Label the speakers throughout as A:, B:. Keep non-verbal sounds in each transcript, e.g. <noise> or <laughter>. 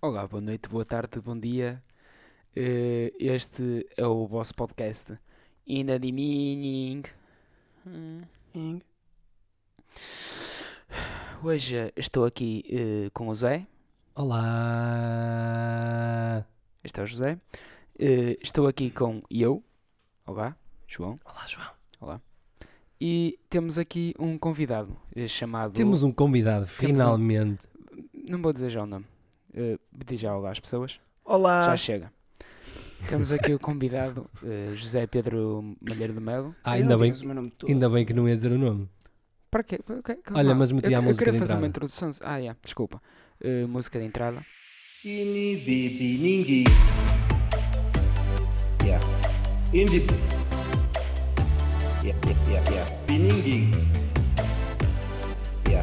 A: Olá, boa noite, boa tarde, bom dia. Eh, este é o vosso podcast In the Meaning. Hum.
B: Ing.
A: Hoje eh, estou aqui eh, com o Zé.
B: Olá.
A: Este é o José. Eh, estou aqui com eu. Olá, João.
B: Olá, João.
A: E temos aqui um convidado eh, chamado.
B: Temos um convidado,
A: Temos um-
B: finalmente.
A: Não vou dizer já o nome. Eh, diz já olá às pessoas. Já
B: Olá.
A: chega. Temos aqui o convidado eh, José Pedro Malheiro de Melo.
B: Ah, ainda bem,
C: O meu nome todo.
B: ainda bem que não ia dizer o nome.
A: Para quê? Para quê? Calma
B: Olha,
A: lá.
B: mas meti
A: eu,
B: a
A: eu
B: música
A: queria
B: de
A: fazer uma
B: entrada.
A: introdução. Ah, yeah, desculpa. Eh, música de entrada.
C: Ini bibi ningi. Ya. Indi. Ya ya ya ya. Biningi. Ya.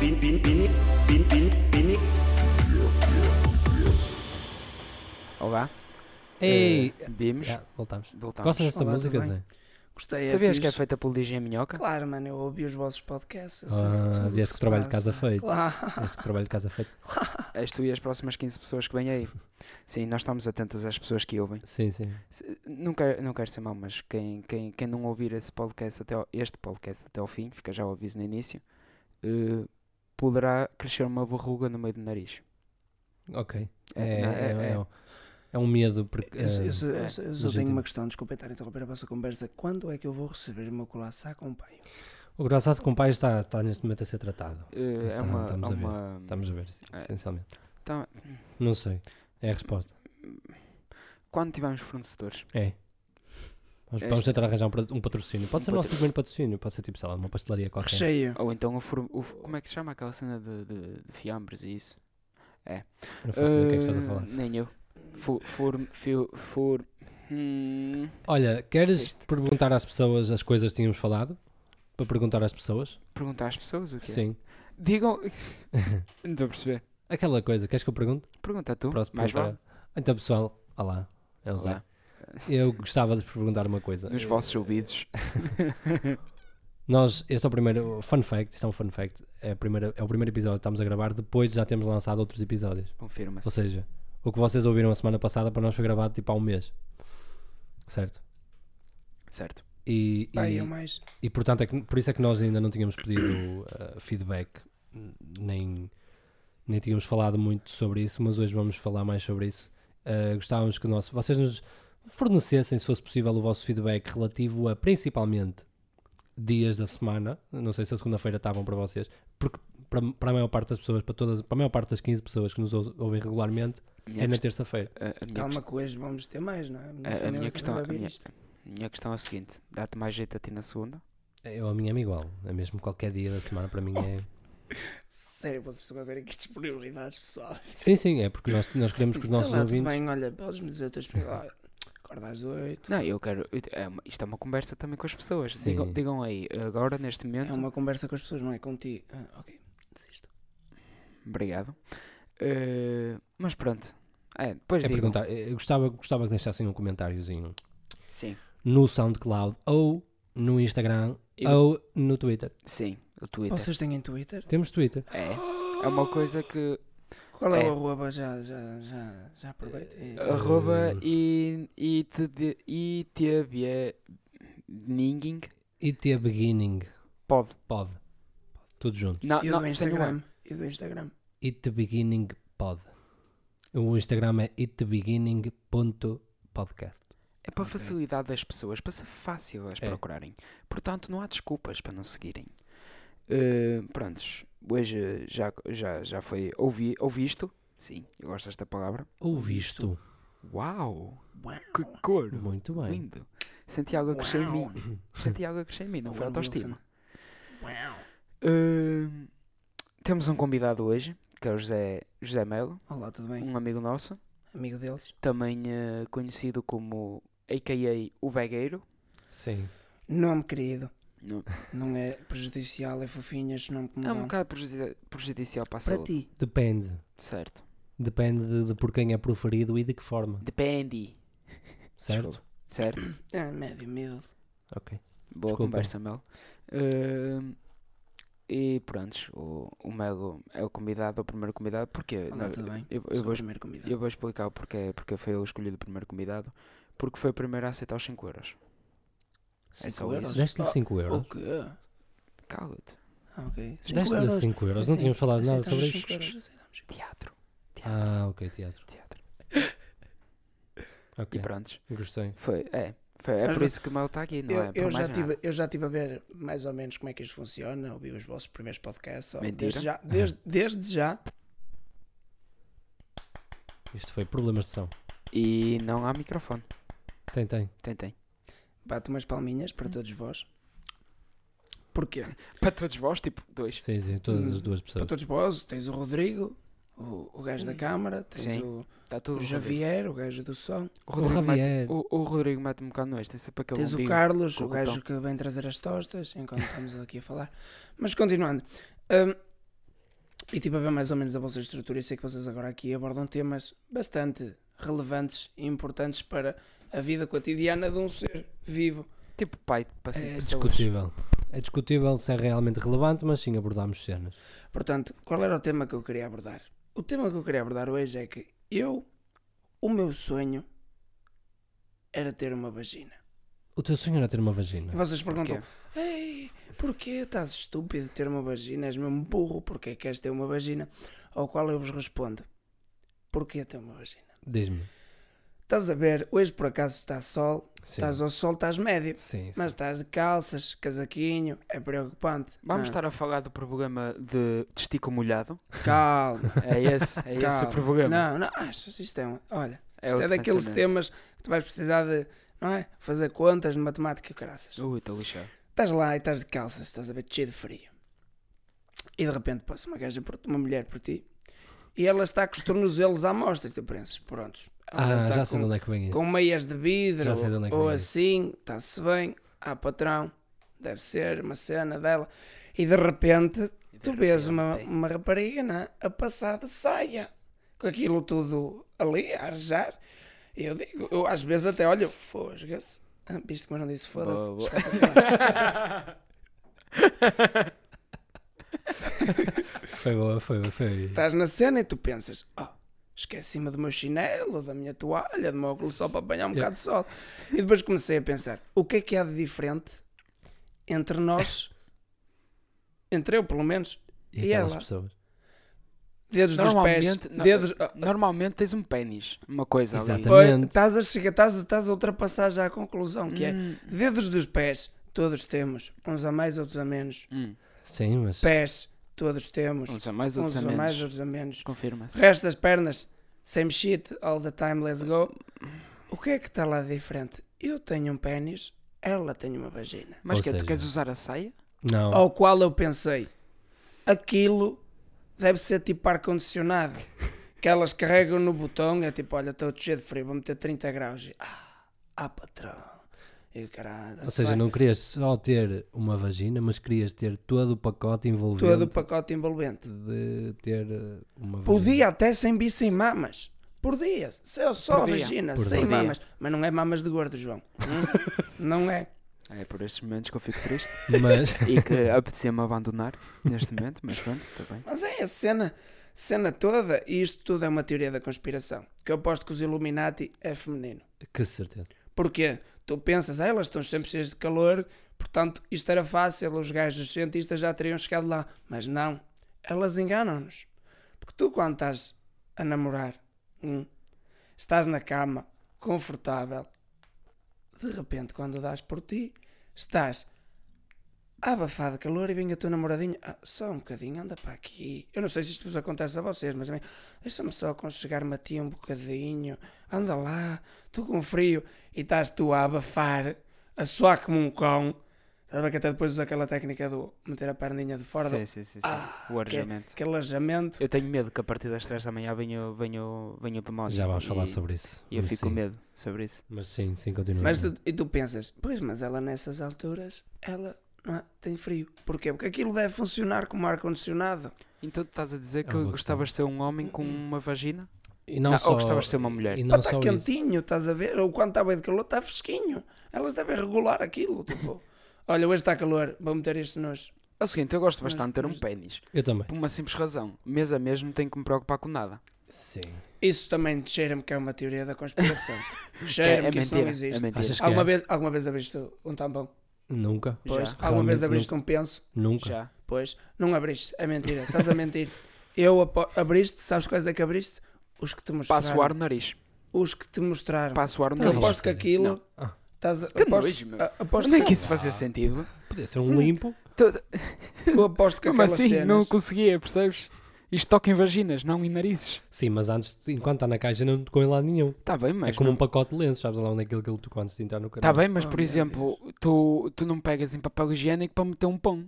C: Bin bin bini bin bin bini.
A: Olá.
B: Ei!
A: Eh, vimos.
B: É. Já, voltamos.
A: Voltamos.
B: Gostas desta
D: Olá,
B: música,
D: tudo bem?
B: Zé?
D: Gostei, é
A: Sabias que é
D: fixe.
A: feita pelo DJ Minhoca?
D: Claro, mano, eu ouvi os vossos podcasts. Eu sei de tudo
B: Ah,
D: o
B: desde que
D: se
B: trabalho de
D: passa.
B: casa feito.
D: Claro.
B: Desde que trabalho de casa feito.
A: És tu e as próximas 15 pessoas que vêm aí. Sim, nós estamos atentas às pessoas que ouvem.
B: Sim, sim.
A: Se- Não quero, não quero ser mau, mas quem, quem, quem não ouvir esse podcast até ao- este podcast até ao fim, fica já o aviso no início, eh, poderá crescer uma verruga no meio do nariz.
B: Ok. É,
A: É, não, é-
B: é-
A: é.
B: é um- é um medo porque.
D: Eu, eu, só-
A: é,
D: eu, só- eu só tenho
B: legítimo.
D: uma questão, desculpa estar a interromper a vossa conversa. Quando é que eu vou receber o meu croissant com o pai?
B: O graçado com o pai está, está neste momento a ser tratado.
A: Eh, é
B: Está-
A: uma.
B: Então, estamos
A: é
B: a ver.
A: uma-
B: Estamos a ver,
A: É.
B: essencialmente.
A: tá-
B: Não sei. É a resposta.
A: quando tivermos fornecedores,
B: É. Vamos,
A: Esta-
B: vamos tentar arranjar um, pro- um patrocínio. Pode
A: Um
B: ser o nosso
A: patro-
B: primeiro patrocínio. Pode ser tipo, sei lá, uma pastelaria qualquer.
D: Recheio.
A: ou então o, for- o f- como é que se chama aquela cena de, de- de fiambres e isso?
B: Eu Não faço ideia do que é que estás a
A: Eh,
B: falar.
A: Nem eu. For, for, fio- for- hum,
B: Olha, queres
A: Existe.
B: perguntar às pessoas as coisas que tínhamos falado? Para perguntar às pessoas?
A: perguntar às pessoas o que
B: Sim. <laughs>
A: Digam. não estou a perceber.
B: Aquela coisa, queres que eu pergunte?
A: Pergunta tu.
B: Posso
A: Hum, mais vale.
B: perguntar? Então, pessoal, olá, é o Zé.
A: Olá.
B: Eu gostava de vos perguntar uma coisa.
A: Nos
B: Eh,
A: vossos ouvidos.
B: Nós, este é o primeiro fun fact, isto é um fun fact, é, a primeira, é o primeiro episódio que estamos a gravar, depois já temos lançado outros episódios.
A: Confirma-se.
B: Ou seja, o que vocês ouviram a semana passada para nós foi gravado tipo há um mês. Certo?
A: Certo.
B: E, e-
D: Pai, eu mais.
B: E portanto, é que- por isso é que nós ainda não tínhamos pedido uh, feedback, n- nem, nem tínhamos falado muito sobre isso, mas hoje vamos falar mais sobre isso. Uh, gostávamos que o nosso- vocês nos fornecessem, se fosse possível, o vosso feedback relativo a principalmente dias da semana. Não sei se a segunda-feira está bom para vocês, porque para, para a maior parte das pessoas, para, todas, para a maior parte das 15 pessoas que nos ou- ouvem regularmente,
A: A minha
B: é na
A: quest-
B: terça-feira.
A: a- a minha
D: Calma
A: quest-
D: que hoje vamos ter mais, não é? A
A: a
D: minha, família
A: minha questão-
D: vai
A: a
D: ver
A: minha-
D: isto.
A: minha questão é a seguinte: dá-te mais jeito a ti na segunda?
B: Eu, a minha é igual, é mesmo qualquer dia da semana para mim é.
D: Sério, vocês estão a ver aqui disponibilidades, pessoal.
B: Sim, sim, é porque nós, nós queremos que os nossos
D: Olá,
B: ouvintes.
D: tudo bem? Olha, podes-me dizer a tua experiência. Acorda às oito.
A: Não, eu quero. eu- é uma- Isto é uma conversa também com as pessoas.
B: Sim.
A: Digam, digam aí, agora, neste momento.
D: É uma conversa com as pessoas, não é contigo. Ah, ok, desisto.
A: Obrigado. Eh, mas pronto. É, depois
B: É
A: digam.
B: perguntar, eu gostava, gostava que deixassem um comentáriozinho
A: Sim,
B: no SoundCloud ou no Instagram
A: Eu-
B: ou no Twitter.
A: sim, o Twitter.
D: Vocês têm Twitter?
B: Temos Twitter.
A: É. É uma coisa que
D: Qual é,
A: É. eh,
D: o arroba? Já, já, já, já aproveita. e-
A: arroba
B: Eh.
A: e, e te de- e te havia- ninguém
B: E the beginning
A: pode.
B: pod. Tudo junto.
A: Não,
D: E o
A: não,
D: é do
A: sem o
D: Instagram? E o do Instagram?
B: E the beginning pod. O Instagram é itbeginning.podcast.
A: É para facilidade das pessoas, para ser fácil as
B: É.
A: procurarem. Portanto, não há desculpas para não seguirem. Eh, prontos, hoje já, já, já foi ouvi, ouvisto. Sim, eu gosto desta palavra.
B: Ouvisto.
A: Uau!
D: Uau.
A: Que cor!
B: Muito bem.
A: Lindo! Santiago a crescer em
D: Uau.
A: mim. Santiago a crescer em mim, não foi
D: Owen
A: autoestima.
D: Wilson. Uau.
A: Ahn, temos um convidado hoje, que é o José, José Melo,
D: Olá, tudo bem?
A: um amigo nosso,
D: Amigo deles?
A: também eh, conhecido como a.k.a. o Vegueiro.
B: Sim.
D: Nome querido.
A: Não.
D: Não é prejudicial, é fofinho este nome que me
A: É um
D: dão.
A: bocado prejudici- prejudicial para a
D: Para
A: saúde.
D: ti.
B: Depende.
A: Certo.
B: Depende de, de por quem é proferido e de que forma.
A: Depende.
B: Certo?
A: Certo.
D: É médio, miúdo.
B: Ok.
A: Boa
B: Desculpa.
A: conversa, Mel. Ahn, E pronto, o, o Melo é o convidado, o primeiro convidado, porque
D: Olá,
A: não,
D: tudo bem?
A: eu, eu
D: Sou
A: vou,
D: o primeiro convidado.
A: eu vou explicar o porquê, porque foi eu escolhido o primeiro convidado, porque foi o primeiro a aceitar os 5 euros.
D: Cinco
A: só Então, isso.
B: Deste-lhe
D: Oh,
B: 5 euros.
D: O quê?
A: Cala-te.
D: Ah, ok. Cinco
B: Deste-lhe 5 euros. Não
D: Sim,
B: tínhamos falado nada sobre
D: aceitamos os cinco
B: isto.
D: euros, aceitamos.
A: Teatro. Teatro.
B: Ah, ok, teatro.
A: Teatro. E
B: Ok,
A: prontos.
B: gostei.
A: Foi, é. Foi, é
D: Mas
A: por
D: va-
A: isso que o Melo está aqui, não
D: Eu,
A: é?
D: eu
A: Por
D: já
A: mais nada.
D: tive, eu já tive a ver mais ou menos como é que isto funciona, ouvi os vossos primeiros podcasts. ó,
A: Mentira.
D: Desde já, desde, desde já
B: Isto foi problemas de som.
A: E não há microfone.
B: Tem, tem.
A: Tem, tem.
D: bato umas palminhas para todos vós. Porquê?
A: Para todos vós, tipo, dois.
B: Sim, sim, todas as
D: Hum,
B: duas
D: Para
B: pessoas.
D: todos vós, tens o Rodrigo, o, o gajo da Câmara, tens
A: Sim.
D: Hum. o,
A: Está
D: o
A: Tá tudo Rodrigo.
D: Javier, o gajo do som,
A: O Rodrigo,
B: O
A: mete,
B: Javier.
A: o, o Rodrigo mete um bocado noite, tem sempre aquele
D: tens o
A: umbigo.
D: Carlos,
A: com
D: o
A: o
D: gajo
A: botão.
D: que vem trazer as tostas, <laughs> enquanto estamos aqui a falar. Mas continuando. hum, e tive a ver mais ou menos a vossa estrutura e sei que vocês agora aqui abordam temas bastante relevantes e importantes para a vida cotidiana de um ser vivo.
A: Tipo pai para cinco
B: É
A: pessoas.
B: discutível. É discutível se é realmente relevante, mas sim abordámos cenas.
D: Portanto, qual era o tema que eu queria abordar? O tema que eu queria abordar hoje é que eu, o meu sonho era ter uma vagina.
B: O teu sonho era ter uma
D: E
B: vagina.
D: vocês perguntam, ei, porquê estás estúpido de ter uma vagina? És mesmo burro, porquê queres ter uma vagina? Ao qual eu vos respondo, porquê ter uma vagina?
B: Diz-me.
D: Estás a ver, hoje por acaso está sol,
B: Sim.
D: estás ao sol, estás médio,
B: Sim, sim.
D: mas estás de calças, casaquinho, é preocupante.
A: Vamos
D: não é?
A: estar a falar do problema de testico molhado.
D: Calma,
A: É esse, <laughs> é esse o
D: calma.
A: problema.
D: Não, não, achas, isto é um, olha... Isto é
A: outro
D: daqueles
A: pensamento.
D: temas que tu vais precisar de, não é? Fazer contas de matemática, caraças.
A: Ui, estou lixado.
D: Estás lá e estás de calças, estás a ver, cheio de frio. E de repente passa uma gaja, por, uma mulher por ti e ela está com os tornozelos à mostra e tu pensas, prontos. ela deve
B: Ah,
D: estar
B: já sei de
D: com,
B: onde é que vem isso.
D: com meias de vidro
B: Já sei de onde é que
D: ou
B: vem
D: assim, está-se bem, ah patrão, deve ser uma cena dela. E de repente tu vês uma, uma rapariga não é? a passar de saia, com aquilo tudo ali a arjar. E Eu digo, eu às vezes até olho, fosga-se. Ah, Viste como eu não disse foda-se?
A: Boa, boa. <laughs>
D: Espetacular.
B: Foi boa, foi boa, foi.
D: Estás na cena e tu pensas, oh, esqueci-me do meu chinelo, da minha toalha, do meu óculos só para apanhar um bocado de sol. E depois comecei a pensar, o que é que há de diferente entre nós, <laughs> entre eu pelo menos,
B: E,
D: E
B: aquelas
D: ela?
B: pessoas.
D: dedos dos pés,
A: Normalmente, no-
D: dedos... ah,
A: Normalmente tens um pênis, uma coisa
B: Exatamente.
A: ali.
D: Pois, Estás a, chegar, estás, a- estás a ultrapassar já a conclusão, que é
A: Hum.
D: dedos dos pés, todos temos, uns a mais, outros a menos.
A: Hum,
B: Sim, mas.
D: Pés, todos temos,
A: uns a mais, outros
D: uns
A: a
D: a mais,
A: menos.
D: outros a menos.
A: Confirma-se.
D: Resto das pernas, same shit, all the time, let's go. O que é que está lá de diferente? Eu tenho um pênis, ela tem uma vagina.
A: Mas
B: Ou
A: que é, tu
B: seja-
A: queres usar a saia?
B: Não.
D: Ao qual eu pensei, aquilo deve ser tipo ar-condicionado. Que elas carregam no botão, é tipo, olha, estou cheio de frio, vou meter 30 graus. E, ah, ah, patrão. E o caralho,
B: Ou seja,
D: sai.
B: não querias só ter uma vagina, mas querias ter todo o pacote envolvido
D: todo o pacote envolvente.
B: de ter eh, uma vagina.
D: Podia até sem bi, sem mamas. Por dia. Só, só
A: Por dia.
D: vagina,
B: Por
D: sem
A: dia.
D: mamas. Mas não é mamas de gordo, João. não é.
A: É por estes momentos que eu fico triste
B: Mas. <laughs>
A: e que apetecia-me abandonar neste momento, mas pronto, está bem.
D: Mas é a cena, cena toda, e isto tudo é uma teoria da conspiração. Que eu aposto que os Illuminati é feminino.
B: que certeza.
D: Porquê? Tu pensas, ah, elas estão sempre cheias de calor, portanto isto era fácil, os gajos cientistas já teriam chegado lá. Mas não, elas enganam-nos. Porque tu, quando estás a namorar, hum, estás na cama, confortável, de repente, quando dás por ti, estás a abafar de calor e vem a tua namoradinha, "Ah, só um bocadinho, anda para aqui. Eu não sei se isto vos acontece a vocês, mas a mim, deixa-me só aconchegar-me a ti um bocadinho, anda lá, estou com frio e estás tu a abafar, a suar como um cão. Estás a ver que até depois usa aquela técnica do meter a perninha de fora
A: Sim,
D: do
A: sim, sim. sim.
B: Ah,
A: o
D: que é-
A: arejamento.
D: aquele alejamento.
A: Eu tenho medo que a partir das 3 da manhã venha, venha, o- venha o demónio.
B: Já vamos falar
A: e-
B: sobre isso.
A: E eu
B: mas
A: fico com
B: sim.
A: medo sobre isso.
B: Mas sim, sim, continua.
D: Mas tu, e tu pensas, pois, mas ela nessas alturas, ela não é, tem frio. Porquê? Porque aquilo deve funcionar como ar-condicionado.
A: Então tu estás a dizer que
B: uma boa
A: gostavas de ser um homem com uma vagina?
B: E não
A: Ah, ou
B: só,
A: gostavas de ser uma mulher? tá
B: E
D: Não
B: não
D: está
B: só isso.
D: tá quentinho, estás a ver? Ou quando está bem de calor, tá está <laughs> fresquinho. Elas devem regular aquilo. Tipo, olha, hoje está calor, vou tá meter isto nos.
A: É o seguinte, eu gosto
D: Mas-
A: bastante de ter um
D: mas-
A: pênis.
B: Eu também.
A: Por uma simples razão. Mês a mês não tenho que me preocupar com nada.
B: Sim.
D: Isso também cheira-me que é uma teoria
B: <laughs>
D: da conspiração.
A: É,
D: Cheira-me
A: é
D: que isso
A: mentira.
D: não
A: É
D: existe.
A: mentira.
B: Achas que
D: alguma,
B: é?
D: vez, alguma vez abriste um tampão?
B: Nunca.
A: Já.
D: Pois. Alguma vez
B: Realmente
D: abriste um penso?
B: Nunca.
A: Já.
D: Pois. Não abriste. É mentira. Estás
B: <laughs>
D: a mentir. Eu apo- abriste, sabes quais é que abriste? Os que te mostraram.
A: Passo ar o nariz.
D: Os que te mostraram.
A: Passo ar o
B: Tá
D: Eu
B: bem.
A: nariz.
D: aposto que aquilo.
A: Não.
B: Ah.
D: Estás a,
A: Que
D: aposto,
A: nojo, meu.
D: a- aposto
A: Nem
D: que,
A: que isso fazia sentido.
B: Podia ser
A: Hum.
B: um limpo.
A: Tô-
D: eu aposto que
A: Como
D: aquela
A: assim?
D: cena.
A: Não conseguia, percebes? Isto toca em vaginas, não em narizes.
B: Sim, mas antes, enquanto está na caixa, não tocou em lado nenhum.
A: Está Tá bem, mas.
B: é como
A: não-
B: um pacote de lenços, sabes lá onde é aquilo que ele tocou antes de entrar no
A: Tá
B: canal.
A: bem, mas
D: Oh,
A: por
D: meu
A: exemplo, tu, tu não pegas em papel higiênico para meter um pão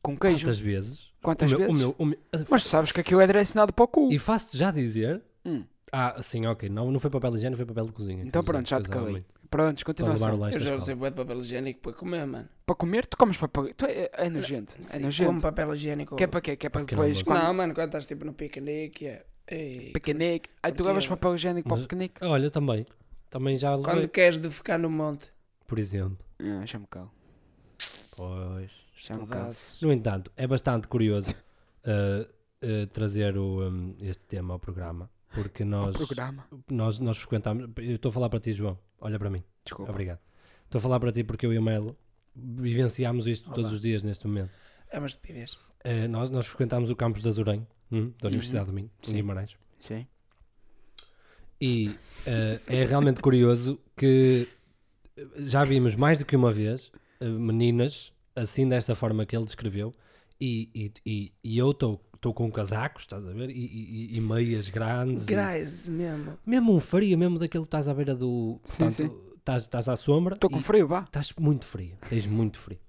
A: com queijo.
B: Quantas vezes?
A: Quantas
B: O meu- o
A: vezes?
B: meu- o meu-
A: Mas tu sabes que aquilo é direcionado para o cu.
B: E faço-te já dizer.
A: Hum.
B: Ah, sim, ok. Não, não foi papel higiênico, foi papel de cozinha.
A: Então pronto, já te Então assim,
B: Usava
A: calei.
B: muito.
A: Pronto,
B: Para levar o
A: continuação.
B: lanche
D: Eu
B: da
D: já
B: escola.
D: usei bué de papel higiênico para comer, mano.
A: Para comer, tu comes papel. Tu é, é nojento. É
D: Sim, como
A: nojento.
D: papel higiênico.
A: Que é para quê? Que é para
B: Pequeno
A: depois.
B: almoço.
A: Quando...
D: Não, mano, quando estás tipo no piquenique, é. Ei,
A: Piquenique. Aí tu
D: Quando
A: levas
D: que é?
A: papel higiênico para o
B: Mas-
A: piquenique.
B: Olha, também. Também já levei,
D: Quando queres de ficar no monte.
B: por exemplo.
A: Ah, já-me calo.
B: Pois.
A: Já me calo.
D: Estudaço.
B: No entanto, é bastante curioso uh, uh, trazer o, um, este tema ao programa. Porque
A: Ao
B: nós,
A: programa.
B: nós, nós frequentamos. Eu estou a falar para ti, João. Olha para mim.
A: Desculpa.
B: Obrigado. Estou a falar para ti porque eu e o Melo vivenciámos isto todos os dias neste momento.
D: É uma estupidez.
B: Eh, nós, nós frequentámos o campus de Azurém, hum, da Universidade de Minho, em
A: Uhum. Sim.
B: Guimarães.
A: Sim.
B: E eh, é realmente curioso que já vimos mais do que uma vez eh, meninas assim desta forma que ele descreveu. E, e, e, e eu estou com casacos, estás a ver? E, e, e- e meias grandes. e-
D: Grais mesmo.
B: mesmo um frio, mesmo daquele que estás à beira do.
A: Sim,
B: portanto,
A: sim.
B: Estás, estás à sombra.
A: Estou com
B: e
A: frio, vá.
B: Estás muito frio, tens muito frio.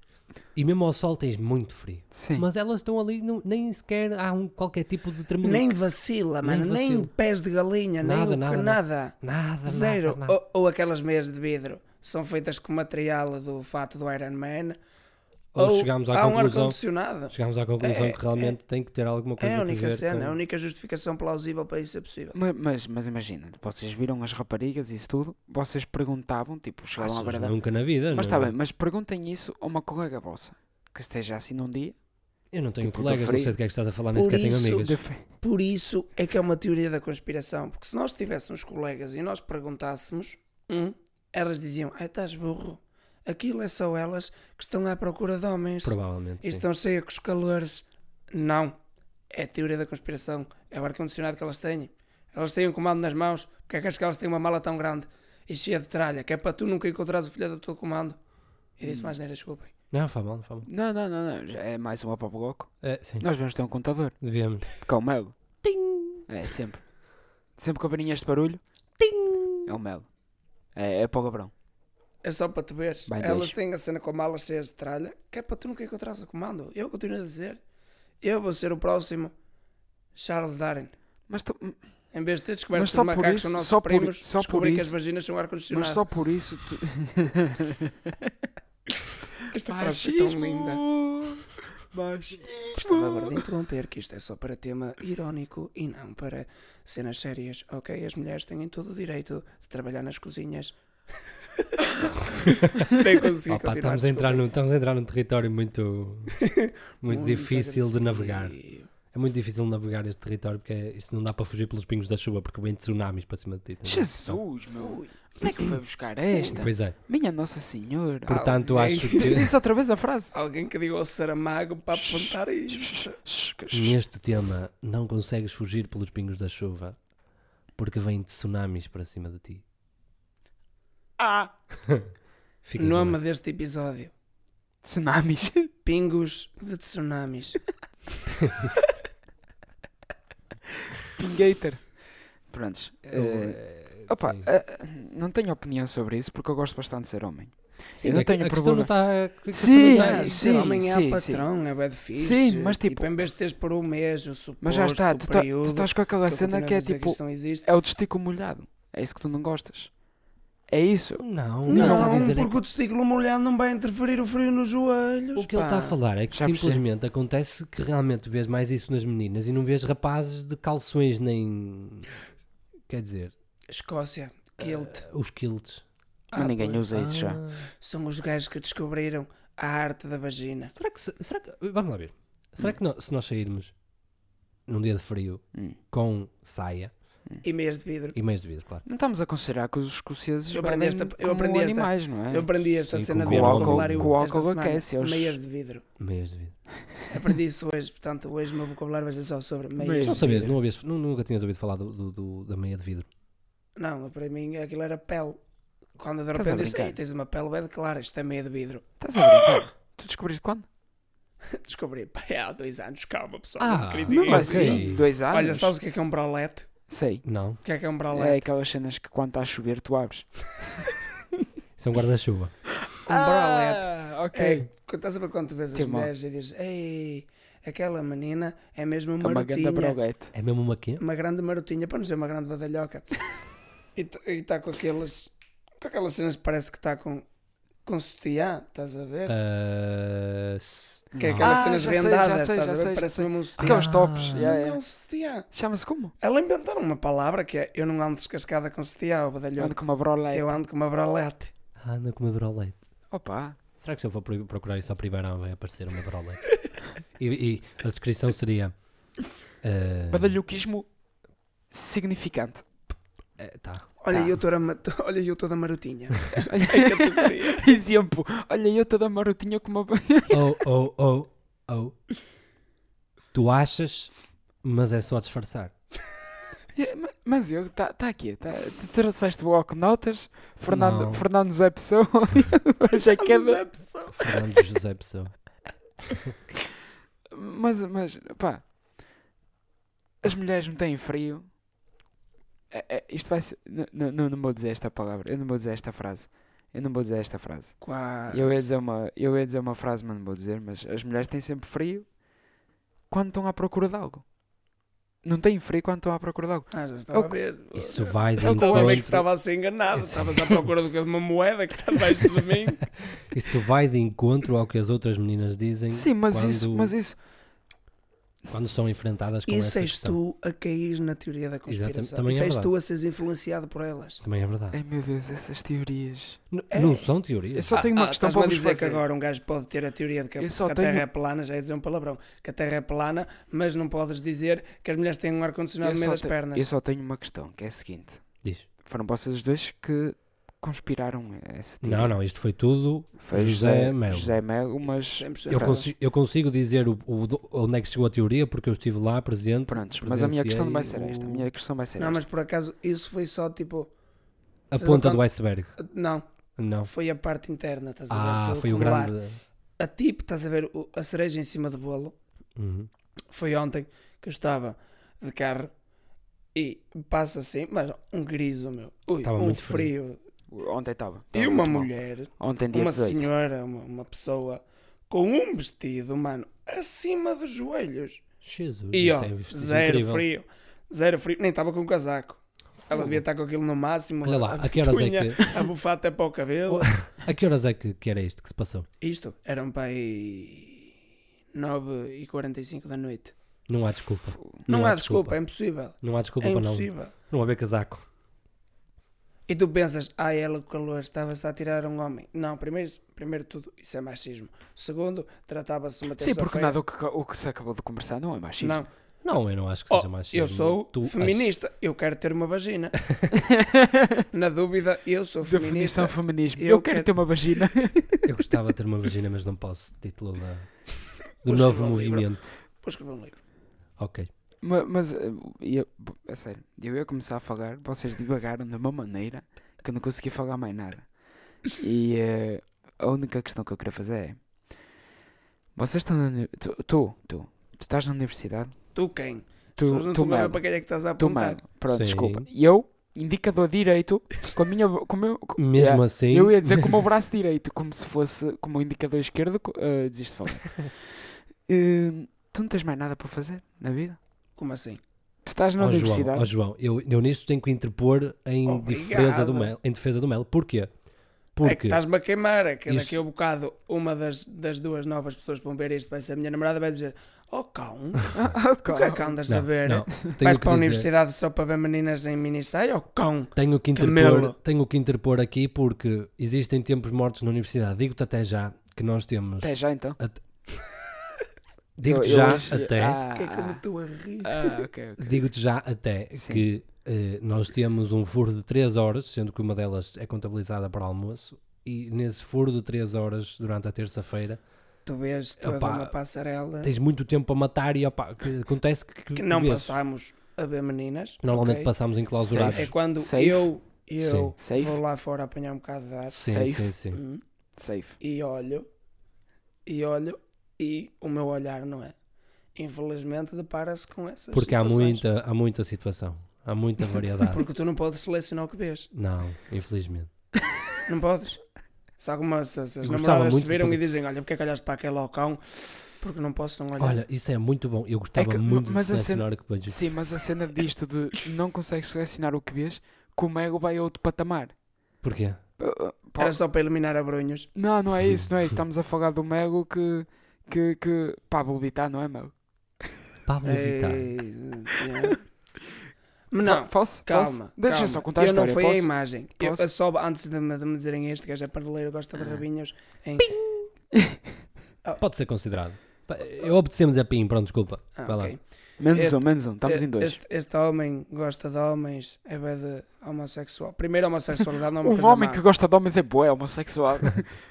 B: E mesmo ao sol tens muito frio.
A: Sim.
B: Mas elas estão ali, não- nem sequer há um, qualquer tipo de tremor.
D: Nem vacila,
B: Nem
D: mano. Nem,
B: vacila.
D: pés de galinha,
B: Nada,
D: nem o
B: nada,
D: que,
B: nada.
D: nada.
B: Nada,
D: Zero.
B: nada, nada.
D: Ou, ou aquelas meias de vidro são feitas com material do fato do Iron Man.
B: Ou chegámos à
D: há um
B: conclusão,
D: ar-condicionado.
B: chegámos à conclusão que realmente tem que ter alguma coisa
D: É a
B: a
D: única
B: ver
D: cena,
B: com-
D: a única justificação plausível para isso é possível.
A: Ma- Mas, mas imagina, vocês viram as raparigas e isso tudo, vocês perguntavam, tipo,
B: Ah,
A: chegavam à
B: Jesus,
A: beira da-
B: nunca na
A: Mas
B: vida. não- é?
A: está bem, mas perguntem isso a uma colega vossa que esteja assim num dia.
B: Eu não tenho
A: Tipo,
B: colegas,
A: tô
B: não
A: frio.
B: sei do que é que estás a falar, nem
D: Por
B: sequer tenho
D: isso-
B: amigas.
A: de fe-
D: Por isso é que é uma teoria da conspiração. Porque se nós tivéssemos colegas e nós perguntássemos, hum, elas diziam: Ai, estás burro. Aquilo é só elas que estão à procura de homens.
B: Provavelmente.
D: E
B: sim.
D: estão cheias com os calores. Não. É a teoria da conspiração. É o ar-condicionado que elas têm. Elas têm um comando nas mãos. Porque é que achas que elas têm uma mala tão grande e cheia de tralha? Que é para tu nunca encontrares o filho do teu comando. Eu
B: Hum.
D: disse mais neira, desculpem.
B: Não, fala mal, não fala mal.
A: Não, não, não, não. já É mais uma para o bloco.
B: É, sim,
A: Nós vamos ter um contador.
B: devíamos.
A: Que é o Melo. É, sempre. Sempre que ouvirem este barulho. É o Melo. É, é para o Gabrão.
D: É só para tu veres.
A: Bem,
D: elas
A: deixa.
D: têm a cena com a mala cheia de tralha. Que é para tu nunca encontrares o comando. Eu continuo a dizer. Eu vou ser o próximo Charles Darwin.
A: Mas, tu-
D: Em vez de ter
A: Mas
D: descoberto que
A: só
D: os
A: por
D: macacos
A: isso-
D: são nossos
A: só por i-
D: primos,
A: só por
D: descobri que as
A: isso-
D: vaginas são
A: mas
D: ar-condicionado.
A: só por isso. Tu...
D: Esta frase foi tão linda. Estou a agora de interromper que isto é só para tema irónico e não para cenas sérias, ok? As mulheres têm todo o direito de trabalhar
B: <laughs>
D: nas cozinhas. Nem consegui
B: Opa,
D: continuar.
B: estamos, a entrar
D: desculpa.
B: num, estamos a entrar num território
D: <laughs>
B: muito, muito difícil de navegar.
D: agressivo.
B: É muito difícil navegar este território porque é- isto não dá para fugir pelos pingos da chuva porque vem tsunamis para cima de ti. entendeu?
A: Jesus, meu.
D: Ui,
A: Onde é que foi buscar esta?
B: Pois é.
A: Minha Nossa Senhora.
D: Ah,
B: Portanto,
D: alguém-
B: acho
D: <laughs>
B: que
A: Diz outra vez a frase.
D: alguém que diga ao Saramago para apontar isto.
B: neste tema não consegues fugir pelos pingos da chuva porque vêm tsunamis para cima de ti.
A: Ah!
B: Fica
D: Nome
B: com
D: deste episódio: <laughs>
A: Tsunamis.
D: Pingos de Tsunamis.
A: Pingator. Prontos.
B: esse-
A: eh,
B: Eu, eh,
A: Opa,
B: sim.
A: ah, ah, não tenho opinião sobre isso porque eu gosto bastante de ser homem.
B: Sim,
A: eu não
B: a-
A: tenho
B: a questão não
A: problema.
B: está. a questão
A: <laughs> Sim,
B: não tá
D: Ah,
B: está-
D: ser
A: sim,
D: homem é
A: sim,
D: ao patrão, é bem difícil.
A: Sim, mas tipo-
D: Em vez de teres por um mês, o suposto,
A: Mas já está,
D: o
A: tu, tá- tu
D: período,
A: estás com aquela
D: que eu
A: cena
D: continuo
A: que
D: a
A: é
D: dizer
A: tipo.
D: isto não existe.
A: É o testículo molhado. É isso que tu não gostas. É isso. tá
B: Não, tá é
D: Não,
B: não,
A: é
B: não
D: porque o testículo molhado não vai interferir o frio nos joelhos.
B: O que ele
D: pá.
A: tá
B: está a falar é que
A: Já percebi.
B: simplesmente acontece que realmente vês mais isso nas meninas e não vês rapazes de calções nem. Quer dizer,
D: Escócia, Kilt.
B: os quilts.
A: Ah, Mas ninguém
D: Ah, pois.
A: usa isso já.
B: Ah,
D: São os gajos que descobriram a arte da vagina.
B: Será que, se- será que- Vamos lá ver. Será que nó- se nós sairmos num dia de frio
A: Hum.
B: com saia
D: E meias de vidro.
B: e meios de vidro, claro.
A: Não estamos a considerar que os escoceses
D: Eu aprendi
A: bebem
D: esta- eu
A: como
D: aprendi esta-
A: animais, não é?
D: Eu aprendi esta
B: Sim,
D: cena
B: com
D: do
B: o álcool-
D: vocabulário.
B: com
A: o
D: esta
A: álcool é
D: semana.
A: aquece, eles-
D: Meias de vidro.
B: Meios de vidro.
D: Aprendi isso hoje, portanto, hoje o meu vocabulário vai ser só sobre meias.
B: Mas não
D: de
B: sabias,
D: vidro.
B: não havias, nu- nunca tinhas ouvido falar do, do- do- da meia de vidro.
D: Não, para mim aquilo era pele. Quando de
A: Estás
D: repente
A: a
D: disse,
A: brincar?
D: "Ei, tens uma pele bem clara, isto é meia de vidro. <laughs>
A: Estás a brincar? Tu descobriste quando?
D: Descobri, pá, é há dois anos, calma pessoal,
B: Ah,
D: não me critiquem.
A: Mesmo
B: ok.
A: assim, dois anos.
D: Olha, sabes o que é que é um bralete?
A: Sei.
B: Não.
D: O que é que é um
A: É
D: bralete?
A: aquelas cenas que quando está a chover tu abres.
B: Isso é um guarda-chuva.
D: Um bralete. É,
A: Ah, ok.
D: quando- estás a ver quando tu vês as
A: Timão.
D: mulheres e dizes, ei, aquela menina é mesmo
A: É
D: uma
A: uma ganda
D: marotinha.
A: broguete.
B: É mesmo uma quê?
D: uma grande marotinha, para não dizer uma grande badalhoca. e está com aquelas. Com aquelas cenas que parece que está com. Com sutiã, estás a ver?
B: É. Ah, s-
D: que é
B: não.
D: aquelas
A: Ah,
D: cenas
A: já sei,
D: rendadas,
A: já sei,
D: estás
A: já
D: a ver?
A: sei, já
D: parece mesmo um sutiã.
A: Aqueles tops.
B: Ah.
A: yeah,
D: Não é
A: yeah.
D: um sutiã.
A: Chama-se como?
D: Ela inventaram uma palavra que é eu não ando descascada com sutiã ou badalhoca.
A: Ando com uma brolete.
D: Eu ando com uma bralete.
B: Ah, anda com uma brolete.
A: Opa.
B: Será que se eu for pro- procurar isso ao primeiro vai aparecer uma <laughs> brolete? e, e a descrição seria...
D: É.
B: ah,
A: Badalhoquismo
D: <laughs>
A: significante.
B: é, tá.
D: Olha,
A: Tá.
D: eu toda, ma- olha, eu toda
A: <laughs>
D: marotinha.
A: Olha-
D: Categoria.
A: <laughs>
D: <laughs>
A: Exemplo. Olha, eu toda marotinha com uma. <laughs>
B: Oh, oh, oh, oh. Tu achas, mas é só disfarçar.
A: É, ma- Mas eu, está tá aqui, tá, tu trouxeste o Walk Notas, Fernando,
B: Não.
A: Fernando Zé Pessoa, <laughs> já
D: Mas
A: queda.
D: é pessoal.
B: Fernando José Pessoa.
A: Mas, mas, pá, as mulheres não têm frio. É- é, isto vai ser. n- n- Não, não vou dizer esta palavra, eu não vou dizer esta frase. Eu não vou dizer esta frase.
D: Quase.
A: Eu ia dizer uma, eu ia dizer uma frase, mas não vou dizer. Mas as mulheres têm sempre frio quando estão à procura de algo. Não têm frio quando estão à procura de algo.
D: Ah, já estava a
A: Eu- é
D: ver.
B: Isso vai de
D: Já estava a ver é que
B: encontro...
D: estava a ser enganado.
B: Isso-
D: Estavas à procura do que é de uma moeda que está debaixo de mim.
B: Isso vai de encontro ao que as outras meninas dizem
A: Sim, mas isso,
B: quando-
A: mas isso.
B: quando são enfrentadas com
D: Isso
B: essa
D: és
B: questão.
D: tu a cair na teoria da
B: Exatamente,
D: conspiração.
B: também
D: Isso
B: é
D: és
B: verdade.
D: tu a seres influenciado por elas.
B: Também é verdade.
A: Ai meu Deus, essas teorias.
B: N-
D: É.
B: Não são teorias.
A: Eu só tenho uma
D: Ah,
A: questão
D: estás-me
A: para
D: a
A: vos
D: dizer que
A: fazer.
D: agora um gajo pode ter a teoria de que,
A: Eu só
D: que a Terra
A: tenho-
D: é plana, já é dizer um palavrão, que a Terra é plana, mas não podes dizer que as mulheres têm um ar-condicionado
A: Eu
D: no meio
A: só
D: das
A: te-
D: pernas.
A: Eu só tenho uma questão, que é a seguinte.
B: Diz.
A: Foram vocês dois que conspiraram essa teoria.
B: Não, não, isto foi tudo.
A: Foi
B: José
A: José
B: Melo.
A: José Melo, mas...
D: 100%
B: Eu,
A: Pronto.
B: consi- eu consigo dizer o, o do- onde é que chegou a teoria, porque eu estive lá presente.
A: Prontos, mas a minha questão não vai ser
B: presenciei
A: esta. A
B: o-
A: minha questão vai ser
D: Não, mas
A: esta.
D: por acaso isso foi só tipo.
B: A
D: Vocês
B: ponta
D: não
B: do iceberg.
D: Não,
B: Não.
D: foi a parte interna, estás a é ver?
B: Ah, foi o
D: acumular.
B: grande.
D: A tipo, estás a ver, o- a cereja em cima do bolo.
B: Uhum.
D: Foi ontem que eu estava de carro e passa assim, mas um griso, meu. Ui,
B: Estava
D: um
B: muito
D: frio.
A: Ontem estava.
D: E uma mulher,
A: Ontem dia
D: uma
A: 18.
D: senhora, uma, uma pessoa com um vestido, mano, acima dos joelhos.
B: Jesus.
D: E ó,
B: isso é um vestido
D: zero
B: incrível.
D: frio. Zero frio. Nem estava com um casaco. Ela devia estar com aquilo no máximo.
B: Olha lá,
D: a
B: a que horas é
D: ventoinha, A bufata até para
B: <laughs>
D: o cabelo.
B: A que horas é que, que era isto que se passou?
D: Isto, era um pai 9h45 da noite.
B: Não há desculpa.
D: Não, há desculpa, é impossível.
B: Não há desculpa
D: é
B: para não,
D: impossível.
B: não haver casaco.
D: E tu pensas, ah, ela com calor estava-se a tirar um homem. Não, primeiro, primeiro de tudo, isso é machismo. Segundo, tratava-se de uma
A: Sim,
D: terça-feira.
A: porque nada o que, o que se acabou de conversar não é machismo.
D: Não,
B: Não, eu não acho que
D: Oh,
B: seja machismo.
D: eu sou
B: Tu achas-
D: feminista, eu quero ter uma
B: <laughs>
D: vagina. Na dúvida, eu sou feminista.
A: Definição feminismo.
D: é- Eu
A: Eu, quero
D: quero-
A: ter uma vagina.
B: Eu gostava de ter uma vagina, mas não posso. Título da- do
D: Vou
B: novo
D: escrever um livro.
B: movimento.
D: Vou escrever um livro.
B: Ok.
A: Ma- Mas, eh, eu, a sério, eu ia começar a falar, vocês divagaram de uma maneira que eu não consegui falar mais nada. E eh, a única questão que eu queria fazer é: vocês estão na. uni- Tu, tu, tu, tu estás na universidade?
D: Tu quem? As pessoas
A: Tu,
D: não
A: tu,
D: estão a ver
A: mano,
D: para quem é que estás a
A: tu,
D: apontar.
A: mano, pronto,
B: Sim.
A: desculpa. E eu, indicador direito, com a minha. vo- Com o meu, com-
B: Mesmo
A: Yeah.
B: assim.
A: Eu ia dizer com o meu braço direito, como se fosse como o indicador esquerdo. co- eh, desisto
B: <laughs>
A: de falar. Eh, tu não tens mais nada para fazer na vida?
D: Como assim?
A: Tu estás na
B: Ó
A: universidade.
B: João, ó João, eu, eu nisto tenho que interpor em,
D: Obrigado.
B: defesa do Mel, em defesa do Mel. Porquê?
D: É que
B: Porque
D: estás-me a queimar. É que
B: Isso-
D: daqui a um bocado, uma das, das duas novas pessoas que vão ver isto vai ser a minha namorada vai dizer: Oh, cão,
A: <laughs> Ah,
D: o que é que andas a
B: não,
D: ver?
B: não, tenho,
D: Vais
B: que
D: para a
B: dizer-
D: universidade só para ver meninas em minissaia? Oh, cão.
B: tenho que
D: Camelo.
B: interpor, tenho que interpor aqui porque existem tempos mortos na universidade. Digo-te até já que nós temos.
A: Até já então.
B: Digo-te
A: Eu- eu
B: já
A: hoje-
B: até.
A: Ah,
D: Que é como estou a rir.
A: ah, ok, ok.
B: Digo-te já até
A: Sim.
B: que eh, nós temos um furo de 3 horas, sendo que uma delas é contabilizada para almoço, e nesse furo de 3 horas durante a terça-feira
D: Tu vês toda
B: Opa.
D: uma
A: Ah.
D: passarela
B: tens muito tempo a matar e opa, que acontece que,
D: que não
B: vezes,
D: passámos a ver meninas.
B: Normalmente
D: ok?
B: passamos em clausurados.
D: É quando
A: Safe.
D: eu, eu
A: Safe.
D: vou lá fora apanhar um bocado de ar
B: Sim,
A: Safe.
B: sim, sim.
D: hum,
A: Safe.
D: e olho, e olho, e o meu olhar não é. Infelizmente depara-se com essas
B: Porque há
D: situações.
B: muita, há muita situação,
A: <laughs>
B: há muita variedade.
D: Porque tu não podes selecionar o que vês.
B: não, infelizmente.
D: Não podes. Se algumas se, se as
B: Eu gostava
D: namoradas se
B: muito de
D: viram e
B: poder-
D: dizem, olha, porque é que olhaste para aquele ao cão? Porque não posso não olhar.
B: Olha, isso é muito bom. Eu gostava
A: É que-
B: muito de
A: mas a cena-
B: selecionar o que vejo.
A: Sim, mas a cena disto de não consegues selecionar o que vês, como ego vai a outro patamar.
B: Porquê?
A: Uh, uh, pá,
D: Era só para eliminar abrunhos.
A: Não, não é isso, não é isso. Estamos a falar do Mego que. que, que... Pá, vou evitar, não é, Mego?
B: Pablo Vittar.
D: Ei, é. Mas não,
A: Pá, posso?
D: calma.
A: Posso? Deixa
D: calma.
A: só contar a
D: Eu não
A: história.
D: foi a
A: posso?
D: imagem. Eu,
A: Posso? Ah.
D: eu só, antes de me, de me dizerem este gajo é paraleiro, gosta de rabinhos. Em...
B: Pode ser considerado. Pá, Eu obedecemos a PIM, pronto, desculpa.
D: Ah,
B: Vai lá.
D: ok.
A: Menos
D: Este-
A: um, menos um. Estamos em dois.
D: Este, este homem gosta de homens, é bué de homossexual. Primeiro, a homossexualidade não é uma
A: <laughs> Um
D: coisa
A: homem
D: má.
A: que gosta de homens é boé,
D: <laughs>
A: homossexual.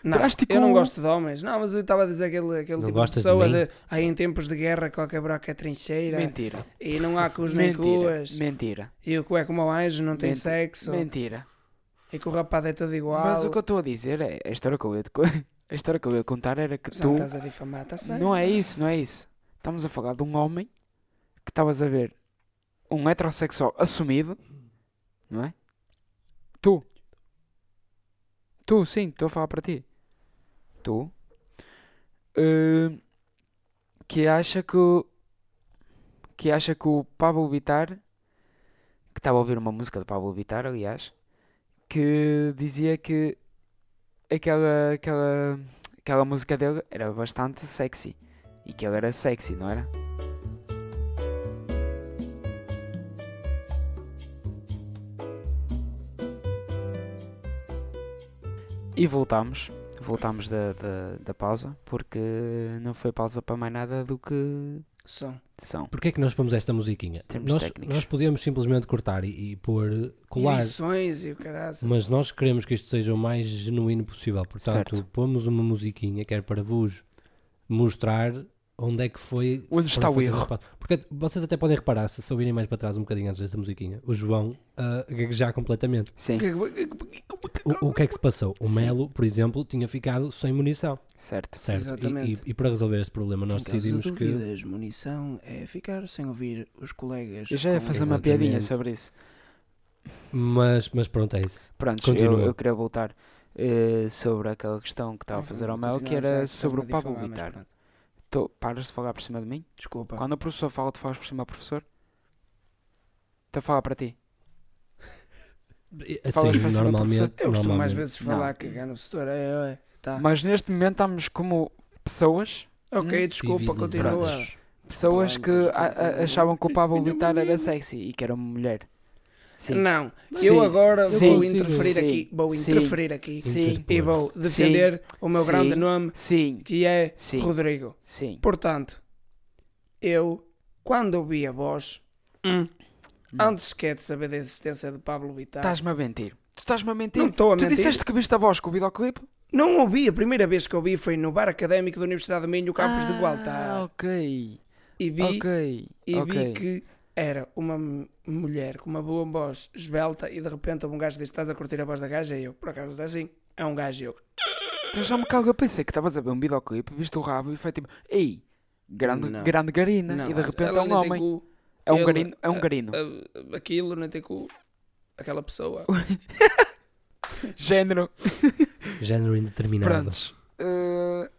D: Não,
A: Drástico.
D: eu não gosto de homens. Não, mas eu estava a dizer aquele, aquele
B: Não
D: tipo de
B: gostas de
D: pessoa
B: mim?
D: de, aí em tempos de guerra qualquer broca é trincheira
A: Mentira.
D: e não há cus nem
A: Mentira.
D: cuas
A: Mentira.
D: e o que é como o anjo não tem
A: Menti-
D: sexo
A: Mentira.
D: e que o rapaz é todo igual.
A: Mas o que eu estou a dizer é. A história que eu ia, te co- <laughs> a história que eu ia contar era que
D: Já me
A: tu.
D: estás a difamar, está-se bem?
A: Não é isso, não é isso. Estamos a falar de um homem que estavas a ver um heterossexual assumido, não é? Tu. Tu, sim, estou a falar para ti. Tu. Hum, que acha que. o- Que acha que o Pablo Vittar. Que estava a ouvir uma música do Pablo Vittar, aliás. Que dizia que. Aquela. Aquela aquela música dele era bastante sexy. E que ele era sexy, não era? E voltámos, voltámos da, da, da pausa, porque não foi pausa para mais nada do que
D: São.
A: são.
B: Porquê é que nós pomos esta musiquinha?
A: Termos
B: Nós,
A: técnicos.
B: nós podemos simplesmente cortar e, e pôr colar,
D: Lições e o caralho.
B: mas nós queremos que isto seja o mais genuíno possível. Portanto,
A: Certo.
B: pomos uma musiquinha que é para vos mostrar onde é que foi.
A: Onde está
B: foram
A: o
B: feitas
A: erro.
B: as pausas. Porque vocês até podem reparar, se se ouvirem mais para trás um bocadinho antes desta musiquinha, o João ah, gaguejar completamente.
A: Sim,
B: O, o que é que se passou? O
A: Sim.
B: Melo, por exemplo, tinha ficado sem munição,
A: certo.
B: certo? E-
D: Exatamente.
B: E, e para resolver este problema, nós
D: Em caso de
B: decidimos que.
D: dúvidas, munição é ficar sem ouvir os colegas.
A: Eu já ia
D: com-
A: fazer uma piadinha
B: Exatamente.
A: sobre isso.
B: Mas, mas pronto, é isso.
A: Pronto, eu,
B: Continua.
A: eu queria voltar eh, sobre aquela questão que estava a fazer ao Mel, que
D: Continuamos a-
A: era
D: a
A: sobre o
D: difamar,
A: Pablo
D: mas
A: Vittar.
D: pronto.
A: Tu paras de falar por cima de mim?
D: Desculpa.
A: Quando o professor fala, tu falas por cima ao professor? Estou a falar para ti.
B: Assim,
A: Falas para cima do
B: normalmente.
D: Eu costumo mais
B: normalmente.
D: vezes
A: Não.
D: falar que ganho o setor. É, é, tá.
A: Mas neste momento estamos como pessoas,
D: é. Ok, desculpa, continua.
B: Civilizados.
A: pessoas que
D: Pronto,
A: a- a-
D: então,
A: achavam que o Pablo
D: minha
A: Vittar era
D: menina.
A: sexy e que era uma mulher. Sim.
D: Não,
A: Sim.
D: eu agora
A: Sim.
D: vou
A: Sim.
D: interferir
A: Sim.
D: aqui. Vou
A: Sim.
D: interferir aqui.
A: Sim.
D: E
B: Interpor.
D: vou defender o meu
A: Sim.
D: grande nome,
A: Sim.
D: que é
A: Sim.
D: Rodrigo.
A: Sim.
D: Portanto, eu, quando ouvi a voz, hum, antes sequer de saber da existência de Pablo Vittar,
A: Estás-me a mentir. Tu estás-me a mentir.
D: Não estou a
A: tu
D: mentir.
A: disseste que viste a voz com o videoclipe?
D: não ouvi. A primeira vez que ouvi foi no bar académico da Universidade de Minho, Campos de
A: Ah,
D: Gualtar.
A: ok.
D: E vi,
A: Ok.
D: e vi
A: ok.
D: que era uma m- mulher com uma boa voz esbelta e de repente um gajo diz: Estás a curtir a voz da gaja? E eu, por acaso, está assim. É um gajo. E eu,
A: Então já me cago, eu pensei que estavas a ver um videoclipe, viste o rabo e foi tipo, ei, grande,
D: Não.
A: grande garina.
D: não,
A: e de repente
D: ela
A: é um
D: nem tem
A: homem.
D: cu.
A: É um
D: Ele-
A: garino. É um
D: a-
A: garino.
D: a- Aquilo, nem tem cu.
A: <laughs>
D: Aquela pessoa.
A: Género.
B: Género indeterminado.
A: Prontos. Eh,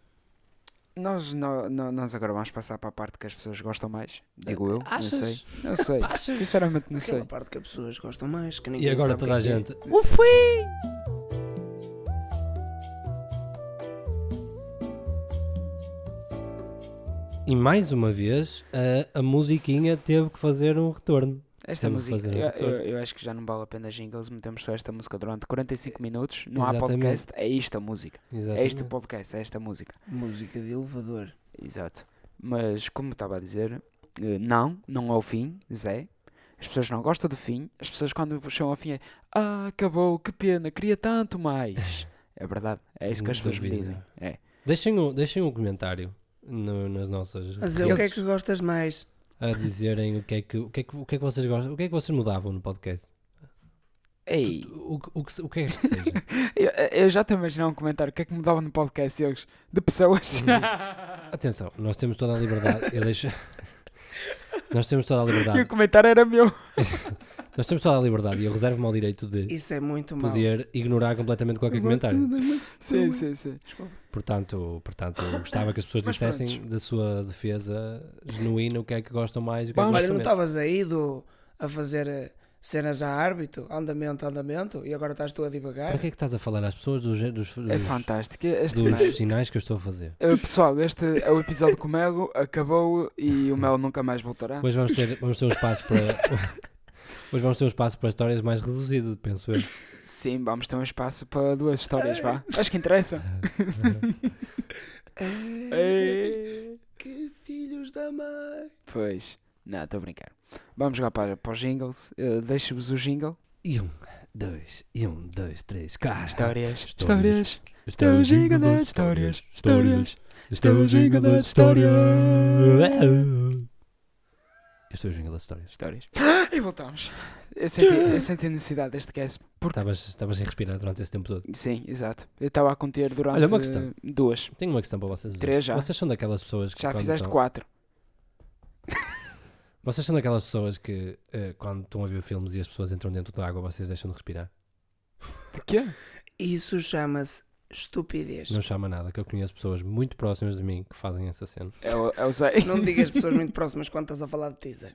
A: nós, nó- nó- nós agora vamos passar para a parte que as pessoas gostam mais. Digo eu,
B: Achas?
A: não sei. Não sei.
B: <laughs> Achas?
A: Sinceramente não
D: Aquela
A: sei.
D: parte que as pessoas gostam mais. Que
B: E
D: ninguém
B: agora
D: sabe
B: toda a
D: quem é.
B: gente. E mais uma vez, a, a musiquinha teve que fazer um retorno.
A: Esta
B: Temos de
A: música,
B: fazer um
A: eu,
B: retorno.
A: eu- eu acho que já não vale a pena jingles, metemos só esta música durante 45 minutos, não há
B: É, Exatamente.
A: podcast, é isto a música. É
B: Exatamente.
A: este o podcast, é esta música.
D: Música de elevador.
A: Exato. Mas como estava a dizer, eh, não, não é o fim, Zé. As pessoas não gostam do fim. As pessoas quando chegam ao fim é Ah, acabou, que pena, queria tanto mais. É verdade, é isso que as
B: Não
A: pessoas me
B: duvido,
A: dizem. É.
B: Deixem, um, deixem um comentário no- nas nossas
D: Mas eu, o que é
B: redes
D: que gostas mais?
B: a dizerem o que, é que, o, que é que, o que é que vocês gostam, o que é que vocês mudavam no podcast.
A: Ei,
B: O, que- o, que, se- o que é que seja.
D: <laughs>
A: eu, eu já estou a imaginar um comentário, o que é que mudava no podcast eles? De <laughs> pessoas.
B: Atenção, nós temos toda a liberdade. Eu deixo... <laughs> nós temos toda a
A: e o
B: liberdade.
A: comentário era meu.
B: Nós temos toda a liberdade e eu reservo-me ao direito de
D: Isso é muito mau.
B: poder ignorar completamente qualquer comentário.
A: Sim, sim, sim.
D: Desculpa.
B: Portanto, portanto eu gostava que as pessoas
A: Mas
B: dissessem da sua defesa genuína o que é que gostam mais e o que é que
A: Vamos-
D: Olha,
B: gostam
D: não
B: menos.
D: estavas aí do, a fazer eh, cenas a árbitro, andamento, andamento, e agora estás tu a divagar?
B: Para que é que estás a falar às pessoas dos, dos, dos,
A: É fantástico. é? Este
B: dos sinais que eu estou a fazer?
A: Eh, Pessoal, este é o episódio com o Melo, acabou e o Melo nunca mais voltará.
B: Hoje vamos ter, vamos ter um espaço para. <laughs> Hoje vamos ter um espaço para histórias mais reduzido, penso eu.
A: Sim, vamos ter um espaço para duas histórias, vá. Acho que interessa. Ei.
D: Que filhos da mãe!
A: Pois, não, estou a brincar. Vamos jogar para, para os jingles. Eh, Deixo-vos o jingle.
B: E um, dois, e um, dois, três, cá.
A: Histórias,
B: Histórias.
A: histórias, estou jingle das histórias, histórias. Estou o jingle das histórias.
B: Estou o jingle das histórias.
A: Histórias. E voltamos. Eu senti, eu senti a necessidade deste cast. Porque...
B: Estavas, estavas sem respirar durante esse tempo todo.
A: Sim, exato. Eu estava a conter durante
B: Olha, uma questão.
A: eh, duas.
B: Tenho uma questão para vocês. dois.
A: Três já.
B: Vocês são daquelas pessoas que.
A: Já
B: quando
A: fizeste
B: estão-
A: quatro.
B: Vocês são daquelas pessoas que eh, quando estão a ver filmes e as pessoas entram dentro da água, vocês deixam de respirar.
A: De quê?
D: Isso chama-se estupidez.
B: Não chama nada, que eu conheço pessoas muito próximas de mim que fazem essa cena.
A: É o, é o
B: <laughs>
A: Zé.
D: <laughs> Não digas pessoas muito próximas quando estás a falar de ti, Zé.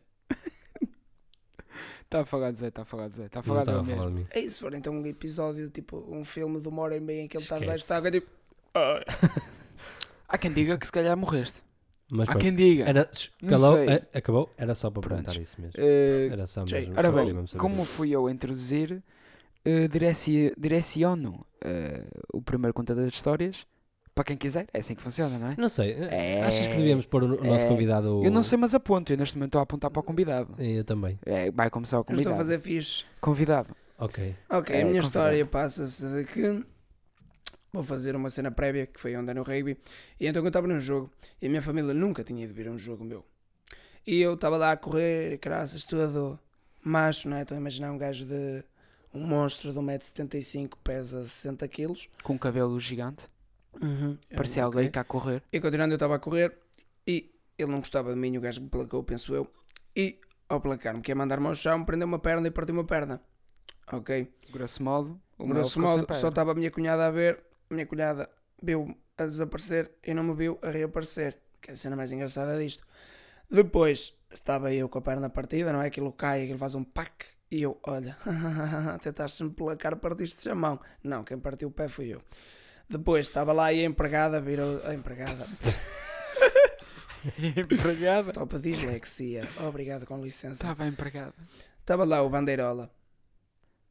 A: Está Tá a falar de Zé, está a falar de Zé. Está a
B: Não
A: falar
B: estava a
A: de
B: falar de mim.
D: É isso, se for então um episódio, tipo um filme de uma hora e meia em que ele está
B: Esquece.
D: debaixo de água, tipo. "Ah,
A: Há quem diga que se calhar morreste.
B: Mas
A: Há
B: pronto,
A: quem diga.
B: Era, Shh,
A: Não
B: calou,
A: sei.
B: a- acabou? Era só para
A: Prontos.
B: perguntar isso mesmo.
A: Eh,
B: Era só
D: Jay,
B: mesmo.
A: Ora
B: só
A: bem,
B: mesmo saber
A: como
B: isso.
A: fui eu a introduzir, eh, direci- direciono eh, o primeiro contador de histórias para quem quiser. É assim que funciona, não é?
B: Não sei, eh,
A: É,
B: achas que devíamos pôr o o nosso
A: é.
B: convidado.
A: Eu não sei, mas aponto. Eu neste momento estou a apontar para o convidado.
B: Eh, Eu também.
A: É, vai começar o
D: Eu estou
A: convidado.
D: a fazer fixe.
A: Convidado.
B: Ok.
D: Ok,
A: É,
D: a minha
A: convidado.
D: história passa-se de que vou fazer uma cena prévia que foi ontem no rugby. E então eu estava num jogo e a minha família nunca tinha ido ver um jogo meu. E eu estava lá a correr, e caraças, todo macho, não é? Estou a imaginar um gajo de um monstro de 1,75m, pesa 60kg.
A: Com um cabelo gigante. Uhum. Parecia alguém que tá- está a correr.
D: E continuando, eu estava a correr e ele não gostava de mim, o gajo que me placou, penso eu. E ao placar-me, que é mandar-me ao chão, prendeu uma perna e partiu uma perna. Ok.
A: Grosso modo. o Manuel
D: Grosso
A: ficou sem
D: modo, só
A: perna.
D: estava a minha cunhada a ver, a minha cunhada viu a desaparecer e não me viu a reaparecer. Que é a cena mais engraçada disto. Depois estava eu com a perna partida, não é? Aquilo cai, aquilo faz um pac e eu, olha, <laughs> tentaste-me placar, partiste a mão. Não, quem partiu o pé fui eu. Depois estava lá e a empregada virou. A empregada. <laughs> tá-
A: <laughs> empregada.
D: Top dislexia. Obrigado, com licença.
A: Estava empregada.
D: Estava lá o Bandeirola.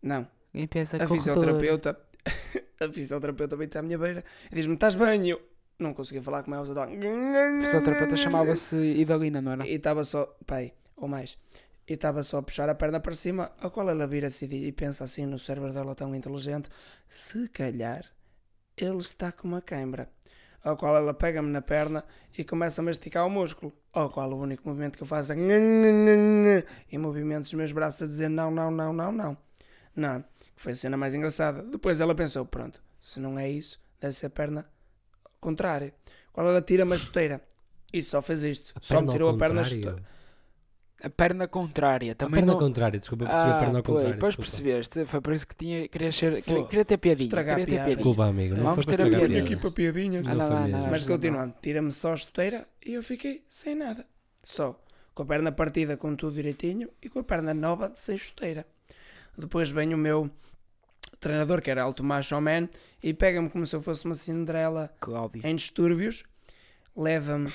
D: Não,
A: Limpeza
D: a fisioterapeuta. <laughs> A fisioterapeuta veio-te à minha beira e diz-me: Estás bem? E eu não conseguia falar como ela. só estava-
A: A fisioterapeuta chamava-se né? Idalina, não era?
D: E estava só. Pai, ou mais. E estava só a puxar a perna para cima, a qual ela vira-se e di- e pensa assim no cérebro dela tão inteligente: Se calhar ele está com uma cãibra. Ao qual ela pega-me na perna e começa a masticar o músculo. Ao qual o único movimento que eu faço é. <laughs> E movimentos dos meus braços a dizer não, não, não, não, não. Não, que foi a cena mais engraçada. Depois ela pensou: pronto, se não é isso, deve ser a perna contrária. Qual ela tira-me a chuteira e só fez isto: só me
B: ao
D: tirou a perna
B: contrário.
D: chuteira.
A: A perna contrária.
B: A
A: Também
B: perna
A: não... Ah,
B: ao contrário, desculpa, percebi a perna ao
A: pois,
B: contrário.
A: Depois
B: desculpa.
A: percebeste, foi por isso que tinha, queria, ser,
D: Fogo.
A: queria, queria ter piadinha.
D: Estragar
A: queria ter
D: piadas.
A: piadinha.
B: Desculpa, amigo, não
A: Vamos ter
B: foi para
A: a
B: estragar
A: piadinha.
B: piadas.
D: para piadinhas.
A: Ah,
B: Não
A: não,
B: foi
A: não,
B: mesmo.
A: não.
D: Mas continuando, tira-me só a chuteira e eu fiquei sem nada. Só com a perna partida com tudo direitinho e com a perna nova sem chuteira. Depois vem o meu treinador, que era alto macho man, e pega-me como se eu fosse uma Cinderela
A: Cláudio.
D: em distúrbios, leva-me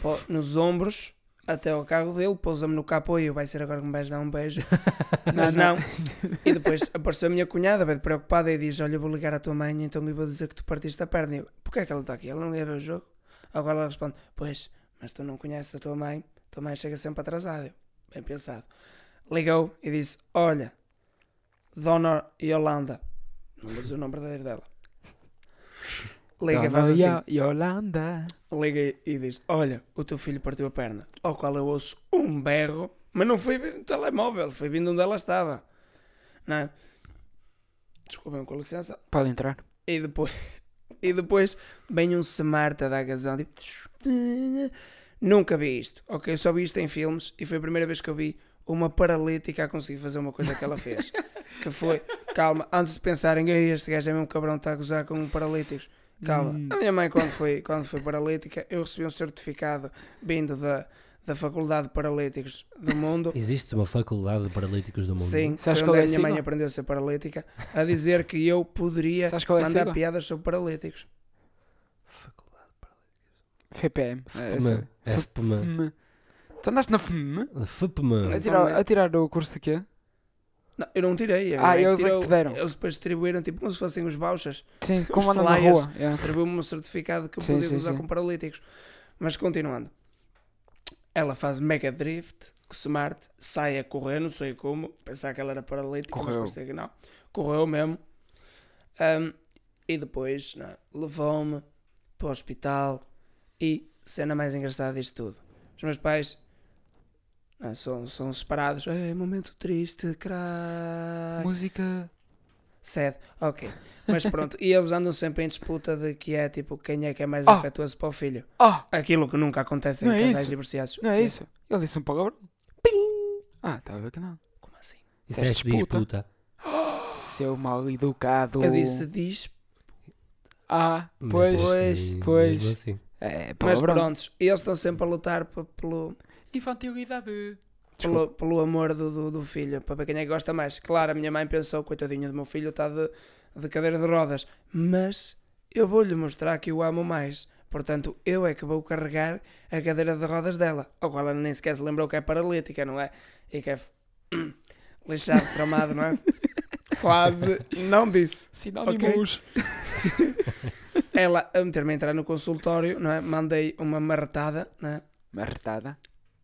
D: pó- nos ombros até ao carro dele, pousa-me no capô e eu, vai ser agora que me vais dar um <laughs> beijo. Mas não. E depois apareceu a minha cunhada, bem preocupada, e diz: Olha, eu vou ligar à tua mãe, então eu vou dizer que tu partiste a perna. E eu, porquê é que ela está aqui? Ela não ia ver o jogo. Agora ela responde: Pois, mas tu não conheces a tua mãe, tua mãe chega sempre atrasada. Eu, Bem pensado. Ligou e disse: Olha, Dona Yolanda, não vou dizer o nome verdadeiro dela. Liga,
B: Ah,
D: e faz assim.
A: E Holanda.
D: liga e diz: Olha, o teu filho partiu a perna. Ao qual eu ouço um berro, mas não foi vindo do telemóvel, foi vindo onde ela estava. Não é? Desculpem, com licença.
A: Pode entrar.
D: E depois, <laughs> e depois vem um Semarta da Agazão. Tipo, Nunca vi isto, ok? Eu só vi isto em filmes e foi a primeira vez que eu vi uma paralítica a conseguir fazer uma coisa que
A: <laughs>
D: ela fez. que foi, calma, antes de pensarem, "Ei, este gajo é mesmo cabrão, está a gozar com paralíticos. Calma,
A: Hum.
D: a minha mãe, quando foi, quando foi paralítica, eu recebi um certificado vindo da, da Faculdade de Paralíticos do Mundo
B: Existe uma faculdade de paralíticos do mundo?
D: Sim,
A: Sabes
D: foi
A: qual
D: onde
A: é
D: a
A: a
D: minha mãe
A: sigla?
D: aprendeu a ser paralítica, a dizer que eu poderia
A: Sabes qual é a
D: mandar
A: sigla?
D: piadas sobre paralíticos.
B: Faculdade de paralíticos.
A: FPM. É,
B: FPME.
A: essa.
B: FPME.
A: FPM. Tu andaste na FPM? A Hum.
B: FPME.
A: tirar, a tirar o curso aqui?
D: Não, eu não tirei. a minha
A: Ah,
D: mãe que
A: eles é que
D: tirou.
A: te deram.
D: Eles depois distribuíram, tipo, como se fossem os vouchers.
A: Sim, como
D: Os
A: andam na
D: flyers.
A: rua. yeah.
D: Distribuiu-me um certificado que eu
A: Sim,
D: podia
A: sim,
D: usar
A: sim.
D: com paralíticos. Mas continuando. Ela faz mega drift, com smart, sai a correr, não sei como. Pensava que ela era paralítica,
A: Correu.
D: mas parecia que não. Correu mesmo. Ahm, e depois não é, levou-me para o hospital. E cena mais engraçada disto tudo. Os meus pais não é, são, são separados. É momento triste, crai.
A: Música.
D: Sede, ok. Mas pronto, e eles andam sempre em disputa de que é tipo quem é que é mais
A: Oh.
D: afetuoso para o filho.
A: Oh,
D: Aquilo que nunca acontece
A: Não
D: em
A: é
D: casais
A: isso?
D: divorciados.
A: não é
D: E-
A: isso? Ele disse um palavrão. Ah, estava a ver que não.
D: Como assim?
B: Disseste
A: Disseste
B: disputa.
A: Seu mal educado.
D: Eu disse diz,
A: Ah,
B: Mas
A: pois.
B: disseste
D: Pois,
B: mesmo
A: pois.
B: assim.
A: É,
D: mas
A: palavrão.
D: prontos, e eles estão sempre a lutar pe- pelo,
A: Infantilidade.
D: pelo, pelo amor do, do, do filho, para ver quem é que gosta mais. Claro, a minha mãe pensou, coitadinho do meu filho, está de, de cadeira de rodas, mas eu vou-lhe mostrar que o amo mais. Portanto, eu é que vou carregar a cadeira de rodas dela. Ao qual ela nem sequer se lembrou que é paralítica, não é? E que é f- <clears throat> lixado, tramado, não é? Quase não disse.
A: Sinónimos.
D: Ela a meter-me a entrar no consultório, não é? Mandei uma marretada, não é?
A: Marretada.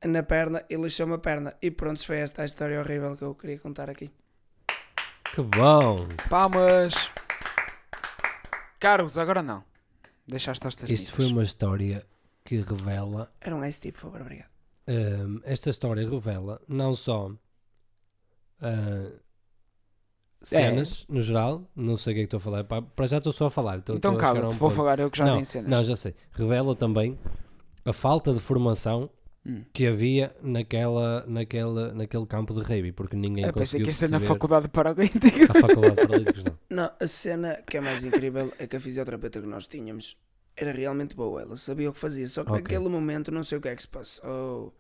D: na perna e lixou-me a perna. E pronto, foi esta a história horrível que eu queria contar aqui.
B: Que bom!
A: Palmas. Carlos, agora não. Deixaste as tuas
B: Isto
A: dicas.
B: foi uma história que revela
D: Era um ice tipo, por favor, obrigado.
B: Ahm, esta história revela não só hum, ah,
A: É.
B: cenas no geral, não sei o que é que estou a falar, pá, para já estou só a falar. estou-
A: Então
B: estou a chegar a
A: cala-te,
B: um
A: vou
B: ponto.
A: falar eu que já
B: não,
A: tenho cenas.
B: Não, já sei. Revela também a falta de formação
A: Hum.
B: que havia naquela, naquela, naquele campo de rugby, porque ninguém
A: eu pensei
B: conseguiu
A: que isto é na
B: perceber
A: faculdade para alguém. digo.
B: <laughs> a faculdade de paralíticos,
A: <laughs>
B: não.
D: Não, a cena que é mais incrível é que a fisioterapeuta que nós tínhamos era realmente boa. Ela sabia o que fazia, só que
B: Ok.
D: naquele momento não sei o que é que se passou.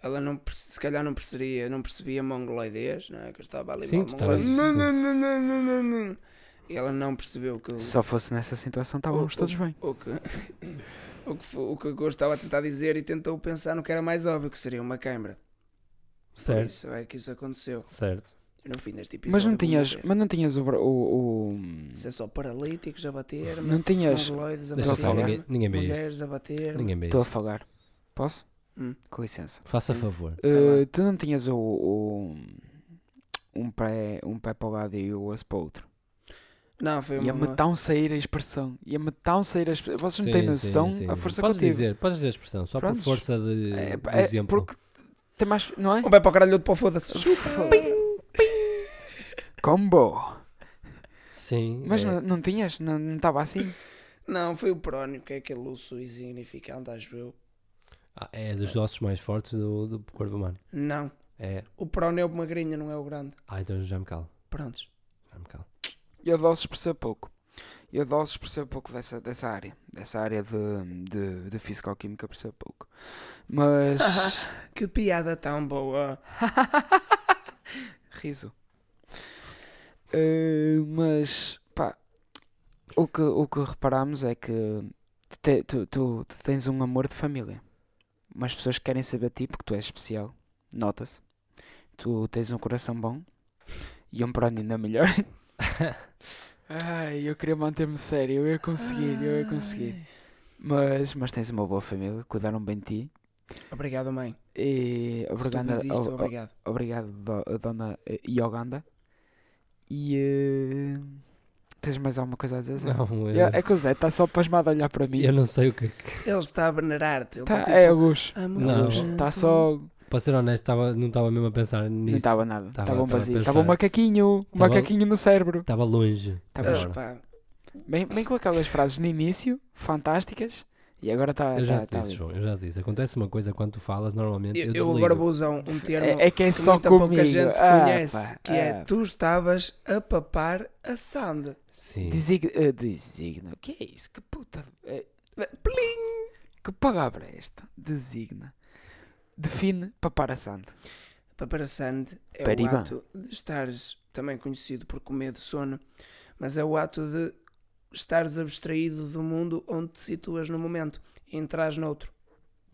D: Ela não, perce- se calhar não percebia, não percebia mongoloidez, não é? Que eu estava ali
B: Sim,
D: mal
B: tu
D: mongoloide.
B: estavas-
D: Não,
B: sim.
D: não, não, não, não, não, não. E ela não percebeu
B: Ah.
D: que eu-
A: Se só fosse nessa situação, estávamos
D: Oh,
A: todos bem.
D: o que, <laughs> o, que, fo- o que eu estava a tentar dizer e tentou pensar no que era mais óbvio, que seria uma câimbra. Por
B: Certo,
D: isso é que isso aconteceu.
B: certo.
D: No fim deste episódio.
A: Mas não
D: vou
A: tinhas,
D: morrer.
A: mas não tinhas o, bra- o, o-
D: Isso é só paralíticos a bater,
A: não tinhas,
D: mongoloides a
B: Deixa eu
A: Estou a
B: falar,
A: falar.
D: bater,
B: ninguém, ninguém vê isto.
D: mulheres a bater.
B: Ninguém vê
A: estou a
B: isto.
A: falar. Posso?
D: Hum.
A: Com licença.
B: Faça favor.
D: Vai lá.
A: Uh, tu não tinhas o, o- um pé, um pé para o lado e o osso para o outro.
D: Não, foi
B: é
D: uma.
A: Ia-me tão sair a expressão. Ia-me tão sair a expressão. Vocês
B: Sim,
A: não têm
B: sim,
A: noção
B: sim.
A: a força
B: podes
A: que eu tive.
B: dizer, Podes dizer a expressão, só
A: Prontos.
B: por força de,
A: É,
B: de
A: é,
B: exemplo.
A: porque tem mais, não é?
D: Um vai para o caralho, outro para o foda-se.
A: Combo.
B: Sim.
A: Mas
B: é.
A: não, não tinhas? Não não estava assim?
D: <laughs> Não, foi o prónio, que é aquele luxo insignificante, acho eu.
B: Ah, é dos ossos mais fortes do, do corpo humano.
D: Não,
B: É.
D: o prónio é o magrinho, não é o grande.
B: Ah, então já me calo.
D: Prontos.
B: Já me calo.
A: Eu dosso por ser pouco. Eu dosso por ser pouco dessa, dessa área. Dessa área de, de, de fisicoquímica por ser pouco.
B: <laughs>
A: Mas.
D: Que piada tão boa.
A: Riso. Eh, mas, pá, o que, o que reparámos é que tu, te- tu- tu- tu tens um amor de família. umas pessoas que querem saber de ti porque tu és especial. Nota-se. Tu tens um coração bom e um pronto ainda melhor. Ai, eu queria manter-me sério, eu ia conseguir, eu ia conseguir. Mas, mas tens uma boa família, cuidaram bem de ti.
D: Obrigado, mãe.
A: E
D: Se tu
A: obrigado,
D: vês isto,
A: o- o-
D: obrigado.
A: obrigado do- Dona eh, Yoganda. E eh, tens mais alguma coisa a dizer? Zé?
B: Não,
A: Eu-
B: eu,
A: é que o Zé está só pasmado a olhar para mim.
B: eu não sei o que.
D: Ele está a venerar-te. Ele
A: Tá,
D: está
A: é a
D: tipo,
A: luz.
D: "Há muito
B: Não. tá
D: tempo."
A: Está tá só.
B: Para ser honesto, estava- não estava mesmo a pensar
A: Não
B: nisso.
A: estava nada.
B: Tava-
A: Estava um
B: tava a
A: vazio.
B: pensar.
A: Estava um macaquinho. Um
B: Tava-
A: macaquinho no cérebro.
B: Estava longe.
A: Tava
D: Ah,
B: Agora.
D: pá,
A: Bem, bem com aquelas frases no início, fantásticas, e agora está.
B: Eu já
A: tá,
B: te disse, João, eu já te disse. Acontece uma coisa quando tu falas, normalmente eu,
D: Eu, eu
B: desligo.
D: agora vou usar um, um termo
A: é, é que é
D: que
A: só
D: muita
A: comigo.
D: pouca gente
A: Ah,
D: conhece,
A: pá,
D: que é
A: ah,
D: tu estavas a papar a Sand.
B: Sim.
A: Designa, ah, designa. Que é isso? Que puta. eh,
D: Plim!
A: que palavra é esta? Designa. Define papar a sand.
D: Papar a Sand é o
A: Pariba.
D: ato de estares, também conhecido por comer de sono, mas é o ato de estares abstraído do mundo onde te situas no momento e entras noutro.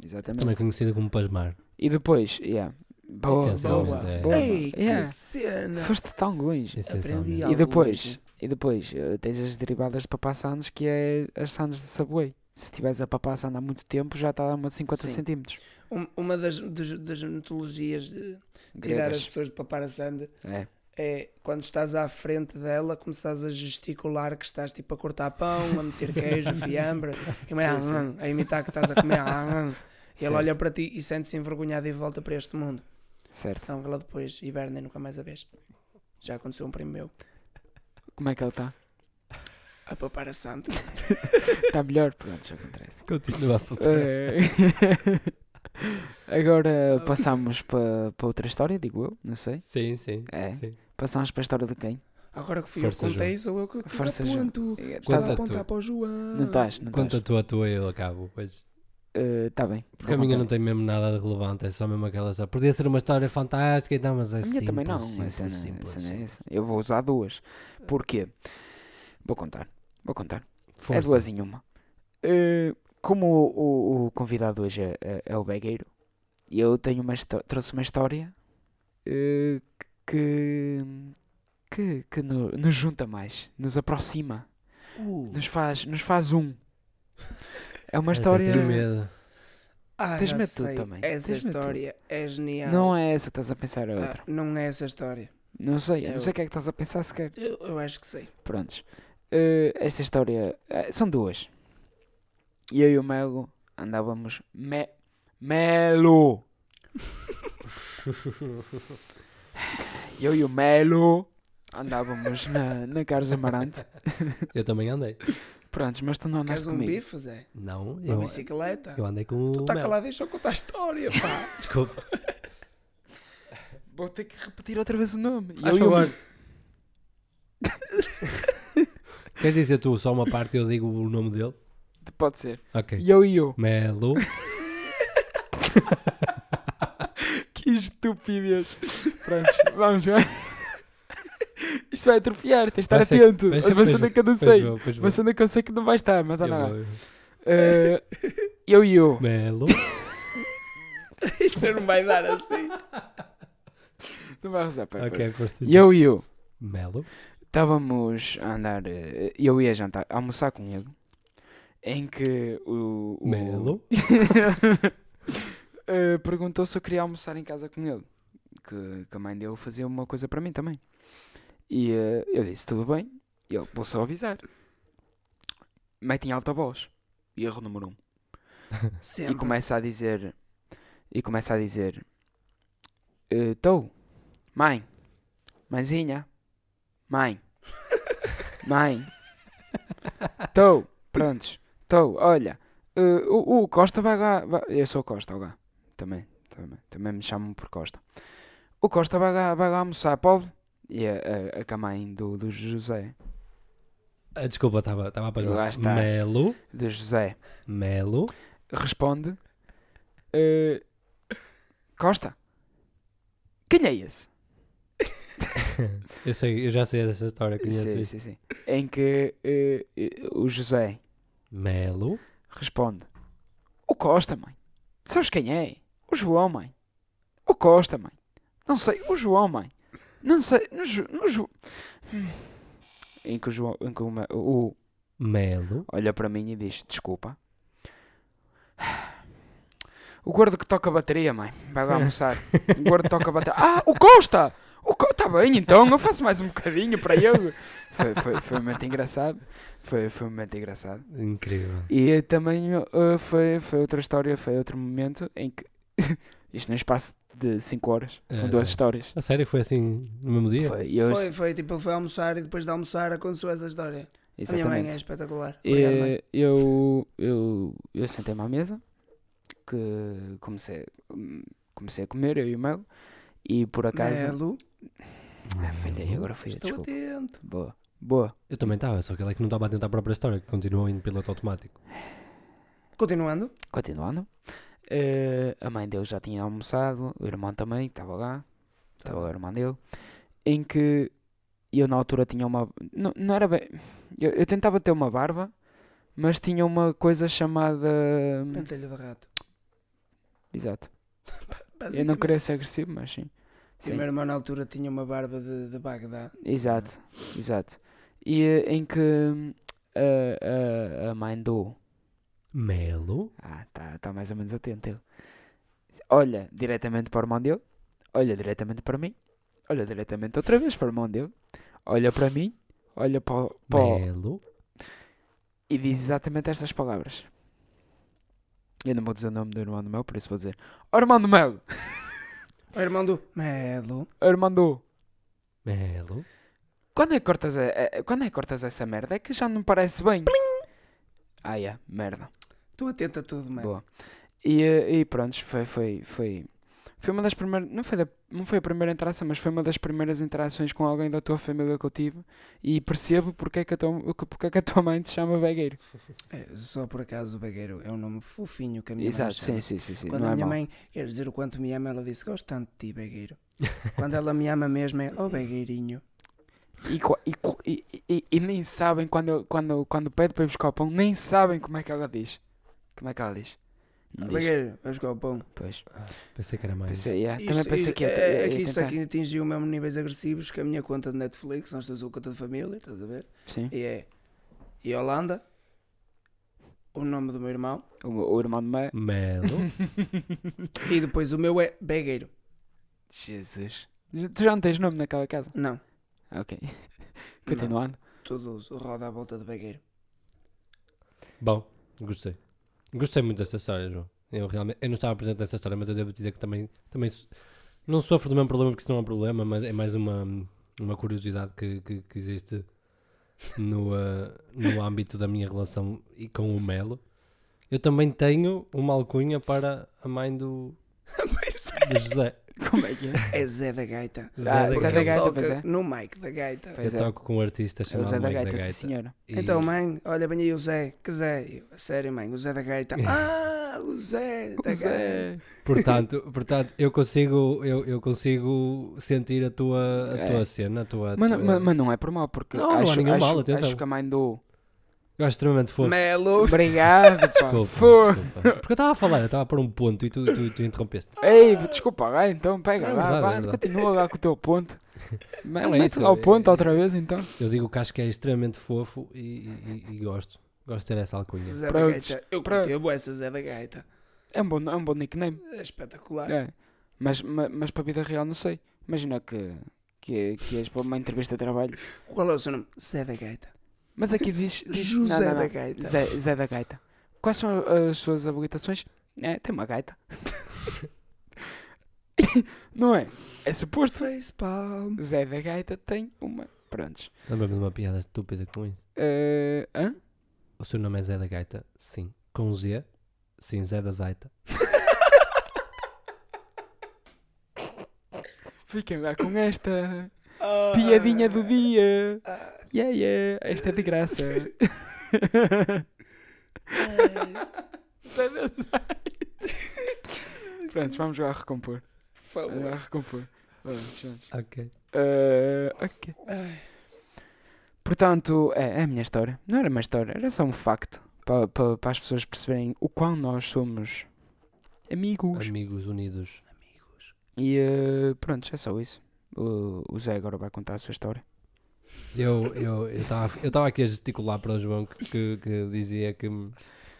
A: Exatamente.
B: Também conhecida como pasmar.
A: E depois, yeah. Boa,
B: Essencialmente
A: boa,
B: é-
A: boa.
D: Ei, que
A: Yeah.
D: cena!
A: Foste tão longe.
D: Aprendi
B: Essencialmente.
A: E
D: algo
A: depois,
D: hoje.
A: e depois eh, tens as derivadas de papá sandes que é as sandes de Subway. Se tiveres a papá sand há muito tempo, já está a uma de 50
D: Sim.
A: centímetros.
D: Um- uma das, das, das mitologias de tirar as
A: Gregas.
D: pessoas de papar a Sand
A: É.
D: é quando estás à frente dela, começares a gesticular que estás tipo a cortar pão, a meter
A: <laughs>
D: queijo, fiambre, e mãe,
A: Sim, sim.
D: "Ah, ah", a imitar que estás a comer. "Ah, ah". E
A: Sim.
D: ela olha para ti e sente-se envergonhada e volta para este mundo.
A: Certo.
D: Senão ela depois hiberna e nunca mais a vês. Já aconteceu um primo meu.
A: Como é que ele está?
D: A papar a santa.
A: Está melhor? Pronto, já acontece.
B: <laughs> Continua a papar.
A: Eh, <laughs> Agora passamos para para outra história, digo eu, não sei.
B: Sim, sim.
A: É.
B: sim.
A: Passamos para a história de quem?
D: Agora que fui
B: Força,
D: eu que contei, sou eu que, que
A: Força, João.
D: aponto.
A: Eh,
D: Estava
B: Conta
D: a
B: tu.
D: apontar para o João.
A: Não estás, não estás.
B: Conta tu a tua e eu acabo. Pois.
A: Está bem.
B: Porque a
A: vou
B: minha não
A: contar.
B: tem mesmo nada de relevante, é só mesmo aquela história. Podia ser uma história fantástica e tal, mas é
A: A minha
B: simples,
A: também não, a
B: simples,
A: cena, a
B: simples,
A: cena é
B: simples.
A: essa. Eu vou usar duas. Porquê? Vou contar. Vou contar. É
B: Força.
A: duas em uma. Eh, como o, o- o convidado hoje é, é- é o Begueiro, eu tenho uma histó- trouxe uma história eh, que, que, que no- nos junta mais, nos aproxima,
D: Uh.
A: nos faz, nos faz um. É uma
B: Eu até tenho
A: história.
B: medo.
D: Ah,
A: Tens
D: já
A: medo tu
D: sei.
A: também.
D: Essa
A: Tens medo tu.
D: história é genial.
A: Não é essa que estás a pensar, é
D: Ah,
A: outra.
D: não é essa história.
A: Não sei, eu não
D: Eu-
A: sei o que é que estás a pensar sequer.
D: Eu, eu acho que sei.
A: Prontos. Eh, esta história. eh, são duas. Eu e o Melo andávamos. Me, <laughs> Melo! Eu e o Melo andávamos na, na Carlos Amarante.
B: Eu também andei.
A: Prontos, mas tu não
D: Queres
A: andaste
D: um
A: comigo.
D: bife, Zé?
B: Não,
D: Uma
B: eu,
D: bicicleta?
B: eu andei com o
D: Está
B: Mel.
D: tá calado, deixa eu contar a história, pá. <laughs>
B: Desculpa.
A: Vou ter que repetir outra vez o nome.
B: Faz
A: Eu e o
B: favor. <laughs> Queres dizer tu só uma parte e eu digo o nome dele?
A: Me- Pode ser.
B: Ok.
A: Eu e eu.
B: Melo.
A: <laughs> Que estupidez. Prontos, vamos, <laughs> vai. Isto vai atrofiar, tens de estar
B: Vai ser-
A: atento.
B: vai ser-
A: Uma
B: pois
A: cena que eu não
B: Pois
A: sei.
B: vou, pois vou.
A: Uma cena que eu sei que não vai estar, mas há
B: Eu
A: nada.
B: vou.
A: Eh, eu e
B: <laughs>
A: eu.
B: Melo.
D: Isto não vai dar assim.
A: Não vai rezar, pera, pera.
B: ok, força.
A: Eu e eu.
B: Melo.
A: Estávamos a andar. eh, Eu ia jantar, almoçar com ele. Em que o. o-
B: Melo.
A: Eh, perguntou se eu queria almoçar em casa com ele. Que, que a mãe dele fazia uma coisa para mim também. E eh, eu disse: tudo bem. E ele, vou só avisar. Mete em alta voz. Erro número um.
D: Sempre.
A: E é começa a dizer. E começa a dizer. Estou. mãe. Mãezinha. Mãe. Mãe. Estou. Prontos. Estou. Olha. eh, o, o Costa vai lá. vai- Eu sou o Costa, lá. Também. Também, também me chamam por Costa. O Costa vai lá, vai lá almoçar, pode? E a, a, a que a mãe do, do José.
B: Ah, Desculpa, estava estava a
A: Lá
B: pasmar.
A: está.
B: Melo.
A: Do José.
B: Melo.
A: responde: eh, Costa, quem é esse?
B: Eu, sei, eu já sei dessa história, conheço
A: Sim,
B: isso.
A: sim, sim. Em que eh, eh, o José
B: Melo.
A: responde: O Costa, mãe. Sabes quem é? O João, mãe. O Costa, mãe. Não sei, o João, mãe. Não sei, no, Ju- no Ju- Hum. Em que o João, em que o ma- o,
B: Melo.
A: olha para mim e diz: Desculpa. <sighs> O gordo que toca a bateria, mãe. Vai
B: <laughs>
A: lá almoçar. O gordo toca a bateria. Ah, o Costa! O Costa, está bem então, eu faço mais um bocadinho para ele. Foi, foi, foi um momento engraçado. Foi, foi um momento engraçado.
B: Incrível.
A: E também uh, foi, foi outra história, foi outro momento em que. <laughs> Isto num espaço de 5 horas.
B: É,
A: São duas
B: sim.
A: histórias.
B: A sério, foi assim no mesmo dia?
A: Foi, e eu-
D: Foi, foi, tipo, ele foi almoçar e depois de almoçar aconteceu essa história. A minha mãe é
A: Exatamente.
D: espetacular. Obrigado, mãe.
A: E Eh, eu, eu, eu sentei-me à mesa, que comecei, hum, comecei a comer, eu e o Mel, e por acaso.
D: Melo,
A: Ah, falhei, agora foi
D: estou
A: desculpa.
D: atento.
A: Boa, boa.
B: Eu também estava, só que ele é que não estava atento à própria história, que continuou em piloto automático.
D: Continuando,
A: Continuando. Eh, a mãe dele já tinha almoçado, o irmão também, que estava
D: Tá
A: lá, estava lá o irmão dele, em que eu na altura tinha uma. Não, não era bem. Eu, eu tentava ter uma barba, mas tinha uma coisa chamada. Hum.
D: pentelho de rato.
A: Exato. Eu não
D: Basicamente.
A: queria ser agressivo, mas sim.
D: E o meu irmão na altura tinha uma barba de, de Bagdá.
A: Exato, exato. E eh, em que hum, a, a, a mãe do.
B: Melo?
A: Ah, está tá mais ou menos atento. ele. Olha diretamente para o irmão dele, olha diretamente para mim, olha diretamente outra vez para o irmão dele, olha para mim, olha para, o- para o-
B: Melo?
A: e diz exatamente estas palavras. Eu não vou dizer o nome do irmão do Mel, por isso vou dizer: "Ó Irmão do Mel!
D: O irmão do Melo.
A: ó Irmão do.
B: Melo?
A: Quando é, que cortas a- a- quando é que cortas essa merda? É que já não parece bem. Ah, é, merda.
D: Estou atento a tudo, mano.
A: Boa. E, eh, e pronto, foi, foi, foi, foi uma das primeiras, não foi, da- não foi a primeira interação, mas foi uma das primeiras interações com alguém da tua família que eu tive e percebo porque é que a tua, que- porque é que a tua mãe te chama vegueiro.
D: É, só por acaso o Bagueiro é um nome fofinho que a minha
A: Exato,
D: mãe chama.
A: sim, sim, sim, sim,
D: Quando
A: não
D: a
A: é
D: minha
A: mau.
D: mãe quer dizer o quanto me ama, ela disse: Gosto tanto de ti, Bagueiro. <laughs> Quando ela me ama mesmo, é Oh, Bagueirinho.
A: E, co- e co- e- e- e nem sabem, quando, quando, quando pede para ir buscar o pão, nem sabem como é que ela diz. Como é que ela diz?
D: "Oh,
A: Não <laughs> diz,
D: Bagueiro, vais jogar o pão.
A: pois.
B: Pensei que era mais.
A: Pensei, yeah,
D: Isto-
A: também pensei
D: isto-
A: que ia,
D: é,
A: ia-
D: é
A: ia
D: que isto
A: tentar.
D: aqui atingiu mesmo níveis agressivos que a minha conta de Netflix, nós temos a conta de família, estás a ver?
A: Sim.
D: E é Yolanda, o nome do meu irmão,
A: O, o irmão de mãe.
B: Melo?
D: e depois o meu é Begueiro.
A: Jesus. Tu já não tens nome naquela casa?
D: Não,
A: Ok. <laughs> Continuando.
D: tudo roda à volta de Begueiro.
B: Bom, gostei. Gostei muito desta história, João. Eu realmente eu não estava presente nessa história, mas eu devo dizer que também, também so- não sofro do mesmo problema, porque isso não é um problema, mas é mais uma, uma curiosidade que, que, que existe no, ah, no âmbito da minha relação e com o Melo. Eu também tenho uma alcunha para a mãe do,
D: Pois
B: do José.
A: Como é que
D: <laughs>
A: é?
D: é, é Zé da Gaita.
B: Zé
A: Ah,
B: da
A: Zé
D: Porque
A: da
B: Gaita.
D: ele
A: Gaita,
D: toca
A: pois é.
D: no Mike da Gaita.
A: Pois
B: Eu
A: é.
B: toco com um artista
A: É o
B: chamado
A: Zé da
B: Mike
A: Gaita,
B: da
A: sim
B: Gaita.
A: senhora.
B: E-
D: Então, mãe, olha, vem aí o Zé. Que Zé? Eu, a sério, mãe, o Zé da Gaita. Ah, o Zé da
A: é,
D: Gaita.
B: Portanto, portanto eu, consigo, eu, eu consigo sentir a tua, a
A: É.
B: tua cena, a tua. a
A: Mas,
B: tua-
A: não- mas- mas não é por mal, porque
B: Tá Não, não há
A: acho,
B: nenhum
A: acho-
B: mal, atenção.
A: acho que a mãe
B: <laughs>
A: do...
B: Eu acho extremamente fofo.
D: Melo.
A: Obrigado, pá.
B: Desculpa,
A: Fô.
B: desculpa. Porque eu estava a falar, eu estava a pôr um ponto e tu, tu, tu interrompeste.
A: Ei, desculpa lá então, pega
B: É
A: lá,
B: verdade,
A: vai,
B: é verdade.
A: continua lá com o teu
B: <laughs>
A: ponto. Mas
B: Não é
A: mete
B: isso,
A: lá o ponto
B: é-
A: outra vez então.
B: Eu digo que acho que é extremamente fofo e, e- e- e gosto. Gosto de ter essa alcunha.
D: Zé da
A: Prontos,
D: Gaita. Eu
A: prontos.
D: curti a boa essa Zé da Gaita.
A: É um bom, é um bom nickname.
D: É
B: Ah.
D: espetacular.
A: É. Mas, ma- mas, para a vida real não sei. Imagina que, que, que és para uma entrevista de trabalho.
D: Qual é o seu nome? Zé da Gaita.
A: Mas aqui diz... diz
D: José
A: não, não, não.
D: da Gaita.
A: Zé, Zé da Gaita. Quais são eh, as suas habilitações? É, tem uma gaita. <laughs> não é? É suposto.
D: Facepalm.
A: Zé da Gaita tem uma. Prontos.
B: Lembra-me de uma piada estúpida com isso.
A: Eh, hã?
B: O seu nome é Zé da Gaita? Sim. Com Z? Sim, Zé da Zaita.
A: Fiquem lá com esta <laughs>
D: Ah.
A: piadinha do dia. Yeah, yeah. Esta é de
D: <laughs>
A: graça. Zé da Gaita. Prontos, vamos lá recompor.
D: Por
A: Vamos
D: favor.
A: lá recompor. Vamos, vamos.
B: Ok.
A: Eh, ok.
D: Ai,
A: Portanto, é, é a minha história. Não era uma história, era só um facto. Para, para, as pessoas perceberem o quão nós somos Amigos.
B: Amigos unidos.
A: E eh, pronto, é só isso. O, o Zé agora vai contar a sua história.
B: Eu estava eu, eu tava- eu tava aqui a gesticular para o João que, que, que dizia que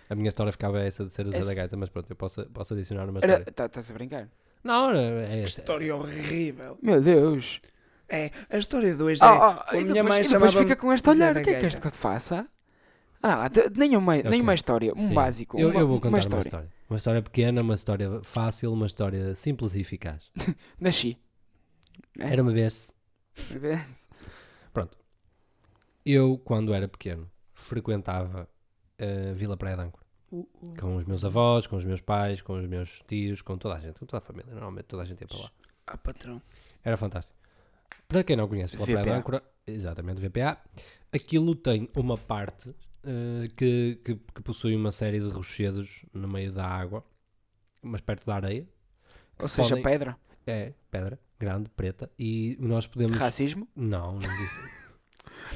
B: a minha história ficava essa de ser o Zé da
A: Esse-
B: Gaita, mas pronto, eu posso, posso adicionar uma história.
A: tá, Estás a brincar?
B: Não, era-
A: um
B: é
D: Que
B: esta.
D: história horrível.
A: Meu Deus!
D: É, a história do ex é.
A: Ah, ah,
D: a
A: e depois,
D: minha mãe
A: e depois
D: chamava-me
A: fica com esta
D: Zé
A: olhar.
D: da
A: O que é que
D: Gaita.
A: és que eu te faça? Ah, de- nenhuma, nenhuma história. Um
B: Sim.
A: básico.
B: Eu,
A: uma,
B: eu vou
A: uma
B: contar uma
A: história.
B: história. uma história. pequena, uma história fácil, uma história simples e eficaz.
A: Nasci. <laughs> É.
B: Era uma vez, eu, quando era pequeno, frequentava a Vila Praia de Âncora.
D: Uh, uh.
B: Com os meus avós, com os meus pais, com os meus tios, com toda a gente, com toda a família. Normalmente toda a gente ia para lá.
D: Ah, patrão.
B: Era fantástico. Para quem não conhece Vila Praia de
A: VPA.
B: Âncora, exatamente, VPA, aquilo tem uma parte eh, que, que, que possui uma série de rochedos no meio da água, mas perto da areia. que
A: Ou
B: se
A: seja,
B: podem-
A: pedra.
B: É, pedra, grande, preta, e nós podemos...
A: Racismo.
B: Não, não disse.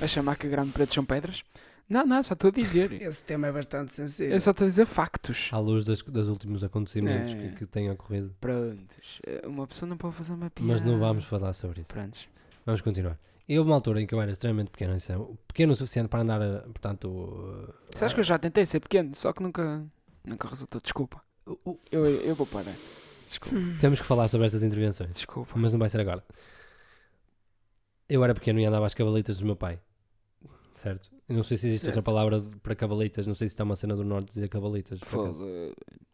A: A chamar que grande preto são pedras. Não, não, só estou a dizer.
D: Esse tema é bastante sensível.
A: Eu só estou a dizer factos.
B: À luz das- dos últimos acontecimentos
D: É.
B: que, que têm ocorrido.
A: Prontos. Eh, Uma pessoa não pode fazer uma piada.
B: Mas não vamos falar sobre isso.
A: Prontos.
B: Vamos continuar. Eu, uma altura em que eu era extremamente pequeno, isso é, pequeno o suficiente para andar, eh, portanto, eh,
A: Sabes que eu já tentei ser pequeno, só que nunca, nunca resultou. Desculpa. Eu, eu vou parar. Desculpa.
B: temos que falar sobre estas intervenções.
A: Desculpa.
B: Mas não vai ser agora. Eu era pequeno e andava às cavalitas do meu pai. Certo? Eu não sei se existe outra
D: Certo.
B: palavra de- para cavalitas. Não sei se está uma cena do norte dizer cavalitas. por acaso.
A: Foda.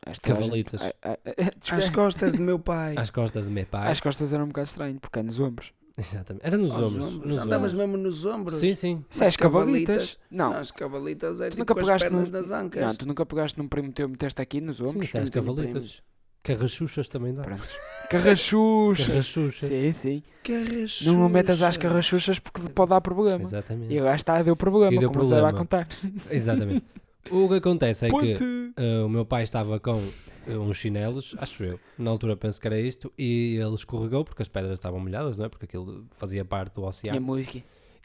A: Acho que toda a gente-
B: Cavalitas.
A: Ah, ah, ah, desculpa. <laughs>
D: Às costas do meu pai.
B: Às costas do meu pai.
A: As costas eram um bocado estranho, porque é nos ombros.
B: Exatamente. Era nos
D: Aos
B: ombros.
D: ombros.
B: Nos ombros.
D: Andavas mesmo nos ombros.
B: Sim, sim.
A: Isso é
D: As
A: as cavalitas? Não.
D: Não, as cavalitas é
A: Tu
D: tipo
A: nunca
D: com as
A: pegaste
D: pernas
A: num-
D: nas
A: Não,
D: ancas.
A: tu nunca pegaste num primo teu e meteste aqui nos
B: Sim,
A: ombros?
B: isso é as
D: Eu tenho
B: cavalitas.
D: primos.
B: Carrachuchas também dá.
A: Pronto.
D: <laughs>
A: Carrachuchas!
B: Carrachuchas.
A: sim, sim.
D: Carrachucha.
A: Não metas às carrachuchas porque pode dar problema. E
B: Exatamente.
A: agora está, deu problema,
B: E deu
A: como você vai
B: problema.
A: contar.
B: Exatamente. O que acontece é que
A: Ponte!
B: eh, o meu pai estava com eh, uns chinelos, acho eu. Na altura penso que era isto. E ele escorregou porque as pedras estavam molhadas, não é? Porque aquilo fazia parte do
A: E a
B: oceano.
A: música?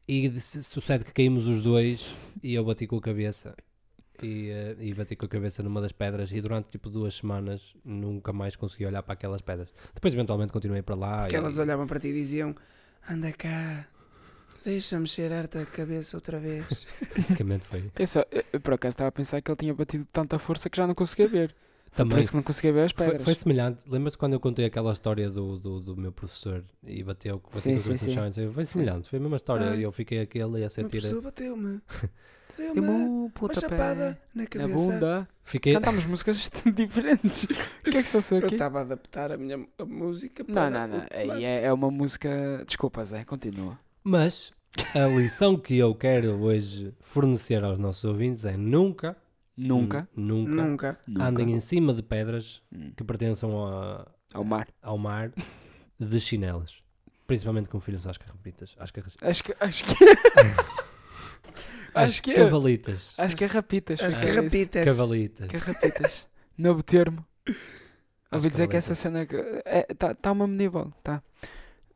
B: E de- se- sucede que caímos os dois e eu bati com a cabeça. E, eh, e bati com a cabeça numa das pedras e durante tipo duas semanas nunca mais consegui olhar para aquelas pedras. Depois eventualmente continuei para lá.
D: Porque
B: e-
D: elas olhavam para ti e diziam: Anda cá, deixa-me cheirar-te a cabeça
A: <laughs>
D: outra vez.
B: Basicamente foi.
A: Eu, só, eu- eu por acaso estava a pensar que ele tinha batido tanta força que já não conseguia ver. Foi por
B: Também
A: isso que não conseguia ver as
B: foi,
A: pedras.
B: foi semelhante. Lembra-se quando eu contei aquela história do, do, do meu professor e bateu bati
A: Sim,
B: com a
A: sim,
B: cabeça no
A: sim. Ah.
B: chão? e disse, Foi semelhante, foi a mesma história.
D: Ai.
B: E eu fiquei aquele a
D: Uma
B: sentir.
A: <laughs>
D: pessoa bateu-me.
A: Deu
D: Deu-me
A: uma
D: uma
A: puta
D: chapada
A: um
D: na
A: na
D: cabeça.
A: bunda.
B: Fiquei.
A: Cantámos músicas <laughs> diferentes. O que é que se passou
D: Eu
A: aqui?
D: estava a adaptar a minha a música para.
A: Não, não, não.
D: o
A: É,
D: formato.
A: é- é uma música. Desculpa, Zé,
B: Hum.
A: continua.
B: Mas a lição que eu quero hoje fornecer aos nossos ouvintes é nunca.
A: Nunca.
B: Nunca.
D: Nunca.
A: nunca.
B: andem em cima de pedras
A: Hum.
B: que pertençam a-
A: Ao mar.
B: ao mar de chinelas. Principalmente com filhos às carrapitas. Às, carras-
A: Acho que. Acho que.
B: às
A: Acho que é.
B: cavalitas.
A: Acho que é rapitas.
D: As
A: é isso.
D: carrapitas.
A: <laughs>
B: Cavalitas.
A: Carrapitas. Novo termo.
B: Acho
A: Ouvi dizer
B: que
A: que essa cena. Está é, tá, tá uma medieval. Tá.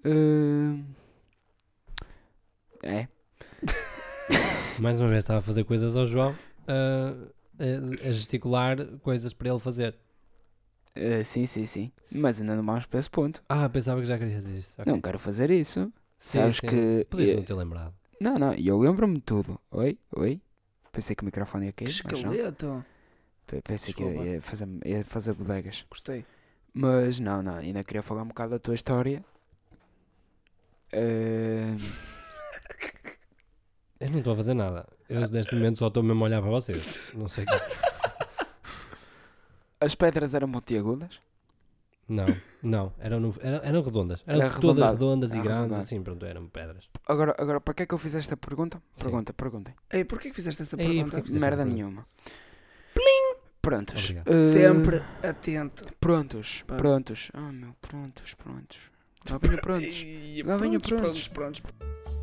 A: Hum. É.
B: Mais uma vez estava a fazer coisas ao João. ah, a- a gesticular coisas para ele fazer.
A: Eh, sim, sim, sim. Mas ainda não vamos para esse ponto.
B: Ah, pensava que já querias dizer isto. Ok.
A: Não quero fazer isso.
B: Sim,
A: Sabes
B: sim.
A: que.
B: Podias
A: eh,
B: não ter lembrado.
A: Não, não, eu lembro-me de tudo. Oi, oi. Pensei que o microfone ia
D: Que
A: cair, mas não.
D: esqueleto.
A: Pe- Pensei que ia-
D: Desculpa.
A: ia fazer, ia fazer bodegas.
D: Gostei.
A: Mas não, não, ainda queria falar um bocado da tua história. Hum, Ahm,
B: Eu não estou a fazer nada. Eu neste momento só estou mesmo a olhar para vocês. Não sei. que-
A: as pedras eram multiagudas?
B: Não, não. Eram, no- eram, eram redondas. Eram
A: Era
B: todas
A: arredondado.
B: redondas e
A: Era
B: grandes,
A: arredondado.
B: assim, pronto, eram pedras.
A: Agora, agora, para que é que eu fiz esta pergunta?
B: Sim.
A: Pergunta, perguntem.
D: Ei, porquê que fizeste essa
B: Ei,
D: pergunta?
B: porquê que Fizeste
A: Merda
B: essa pergunta.
A: nenhuma. Prontos.
B: Obrigado.
A: Ah,
D: Sempre atento.
A: Prontos,
D: Pá.
A: prontos. Ah, meu, prontos, prontos. Lá
D: <laughs>
A: venho prontos.
D: Ei,
A: Lá venho
D: prontos, prontos. prontos.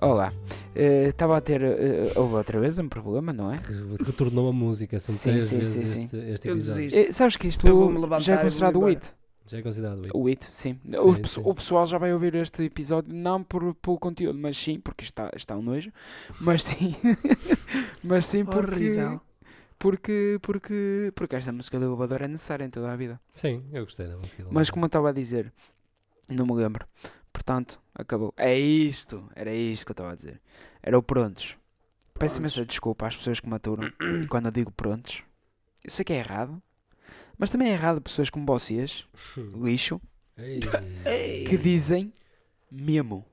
A: Olá. Eh, Estava a ter. eh, houve outra vez um problema, não é?
B: Retornou a música, são
A: Sim,
B: três
A: sim,
B: vezes
A: sim,
B: este, este
D: Eu
B: episódio.
D: desisto.
A: Eh, sabes que isto
D: Eu vou-me
A: já
D: levantar
A: é
D: e
A: considerado
D: vou-me
A: o
D: embora.
A: IT.
B: Já é considerado
A: O IT, sim. o,
B: Sim,
A: pesso-
B: sim.
A: o pessoal já vai ouvir este episódio, não por, pelo conteúdo, mas sim, porque está, está um nojo. Mas sim, <laughs> mas sim porque,
D: Horrível.
A: porque, porque, porque esta música do elevador é necessária em toda a vida.
B: Sim, eu gostei da música.
A: Mas como eu estava a dizer, não me lembro. Portanto, acabou. É isto, era isto que eu estava a dizer. Era o prontos. Peço imensa desculpa às pessoas que maturam e <coughs> quando eu digo prontos. Eu sei que é errado, mas também é errado pessoas como vocês, lixo,
B: Ei,
D: É.
A: que dizem memo.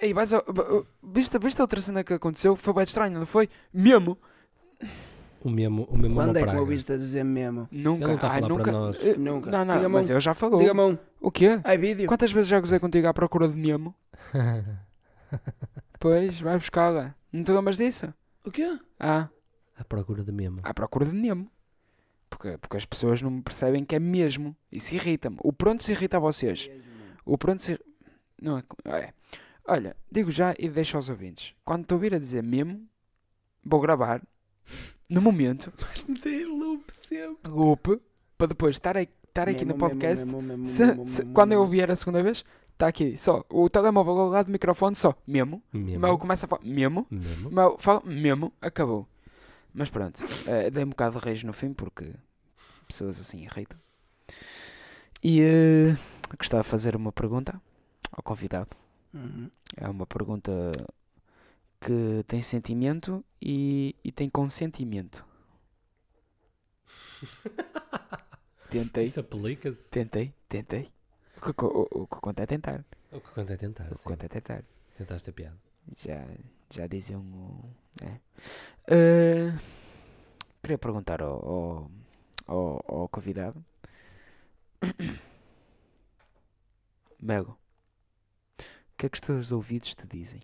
A: Ei, vais ao, b- uh, viste, viste a outra cena que aconteceu? Foi bem estranho, não foi? Memo!
B: o mesmo, o mesmo
D: Quando é que
B: praga.
D: me ouviste a dizer mesmo?
A: Nunca,
B: Ele não tá a
A: ai,
B: falar para
A: nunca.
B: nós.
A: eh,
D: Nunca.
A: Não, não,
D: Diga-me
A: mas
D: um-
A: ele já falou.
D: Diga-me um.
A: O quê?
D: Ai, vídeo.
A: Quantas vezes já gozei contigo à procura de memo? Pois, vai buscá-la. Não te lembras disso?
D: O quê?
A: Ah,
B: <laughs> À procura de mesmo.
A: à procura de Nemo. Porque, porque as pessoas não percebem que é mesmo. Isso irrita-me. O pronto se irrita a vocês.
D: É
A: O pronto se. Não é. é. Olha, digo já e deixo aos ouvintes. Quando te ouvir a dizer mesmo, vou gravar. No momento,
D: Mas me dei loop sempre.
A: loop, para depois estar, a, estar aqui no
D: Mesmo,
A: podcast.
D: mesmo, mesmo,
A: Se-
D: mesmo,
A: se-
D: mesmo,
A: quando eu
D: mesmo.
A: vier a segunda vez, está aqui só o telemóvel ao lado do microfone, só mesmo. O
B: Mesmo.
A: meu começa a falar mesmo.
B: Mesmo.
A: O meu fala mesmo, acabou. Mas pronto, eh, dei um bocado de reis no fim porque pessoas assim irritam. E eh, gostava de fazer uma pergunta ao convidado.
D: Uhum.
A: É uma pergunta que tem sentimento e, e tem consentimento. Tentei.
B: Isso aplica-se.
A: Tentei, tentei. O que, co- o, o que conta é tentar.
B: O que conta é tentar,
A: O que
B: sim.
A: conta é tentar.
B: Tentaste a piada.
A: Já, já dizia um. É. Ah, queria perguntar ao, ao, ao, ao convidado. <coughs> Melo, o que é que os teus ouvidos te dizem?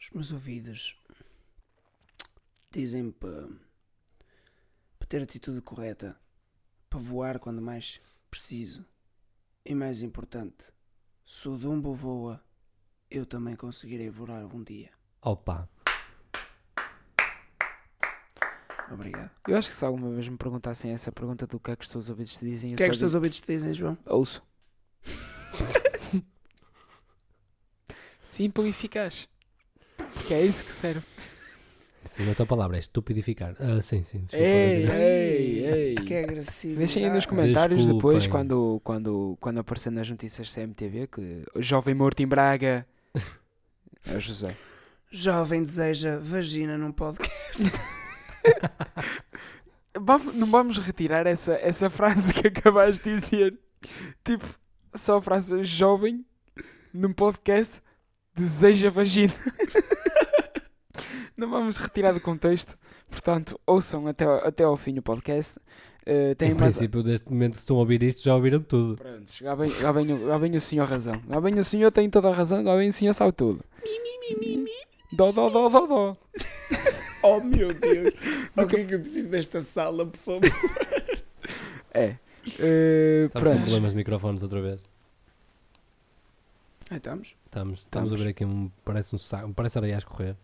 D: Os meus ouvidos dizem para para ter a atitude correta, para voar quando mais preciso. E mais importante, se o Dumbo voa, eu também conseguirei voar algum dia.
B: Opa.
D: Obrigado.
A: Eu acho que se alguma vez me perguntassem essa pergunta do que é que os teus ouvidos te dizem, eu
D: O que é que os
A: só
D: teus ouvidos te dizem, João?
A: digo,
D: <laughs>
A: ouço. Simples e eficaz. Porque é isso que serve.
B: Sim, a tua palavra é estupidificar. Ah, sim, sim. desculpa,
A: Ei,
B: Adriano.
A: ei, ei.
D: Que agressivo.
A: Deixem aí nos comentários
B: Desculpem.
A: depois, quando, quando, quando aparecer nas notícias CMTV, que o jovem morto em Braga é o José.
D: Jovem deseja vagina num podcast.
A: Vamos- não vamos retirar essa, essa frase que acabaste de dizer. Tipo, só a frase jovem num podcast deseja vagina. Não vamos retirar do contexto. Portanto, ouçam até, ao- até ao fim o podcast. Eh, têm
B: Em
A: mais-
B: princípio, neste momento, se estão a ouvir isto, já ouviram tudo.
A: Pronto, lá vem, lá, vem, o- lá vem o senhor razão. Lá vem o senhor tem toda a razão, lá vem o senhor sabe tudo. Dó, dó, dó, dó, dó.
D: <laughs> Oh meu Deus! Alguém que eu devido desta sala, por favor.
A: É. Eh,
B: Estamos Tá com um
A: pronto.
B: problemas de microfones outra vez.
D: Aí estamos.
B: Estamos, estamos a ver aqui um. Parece um saco. Parece areia a escorrer.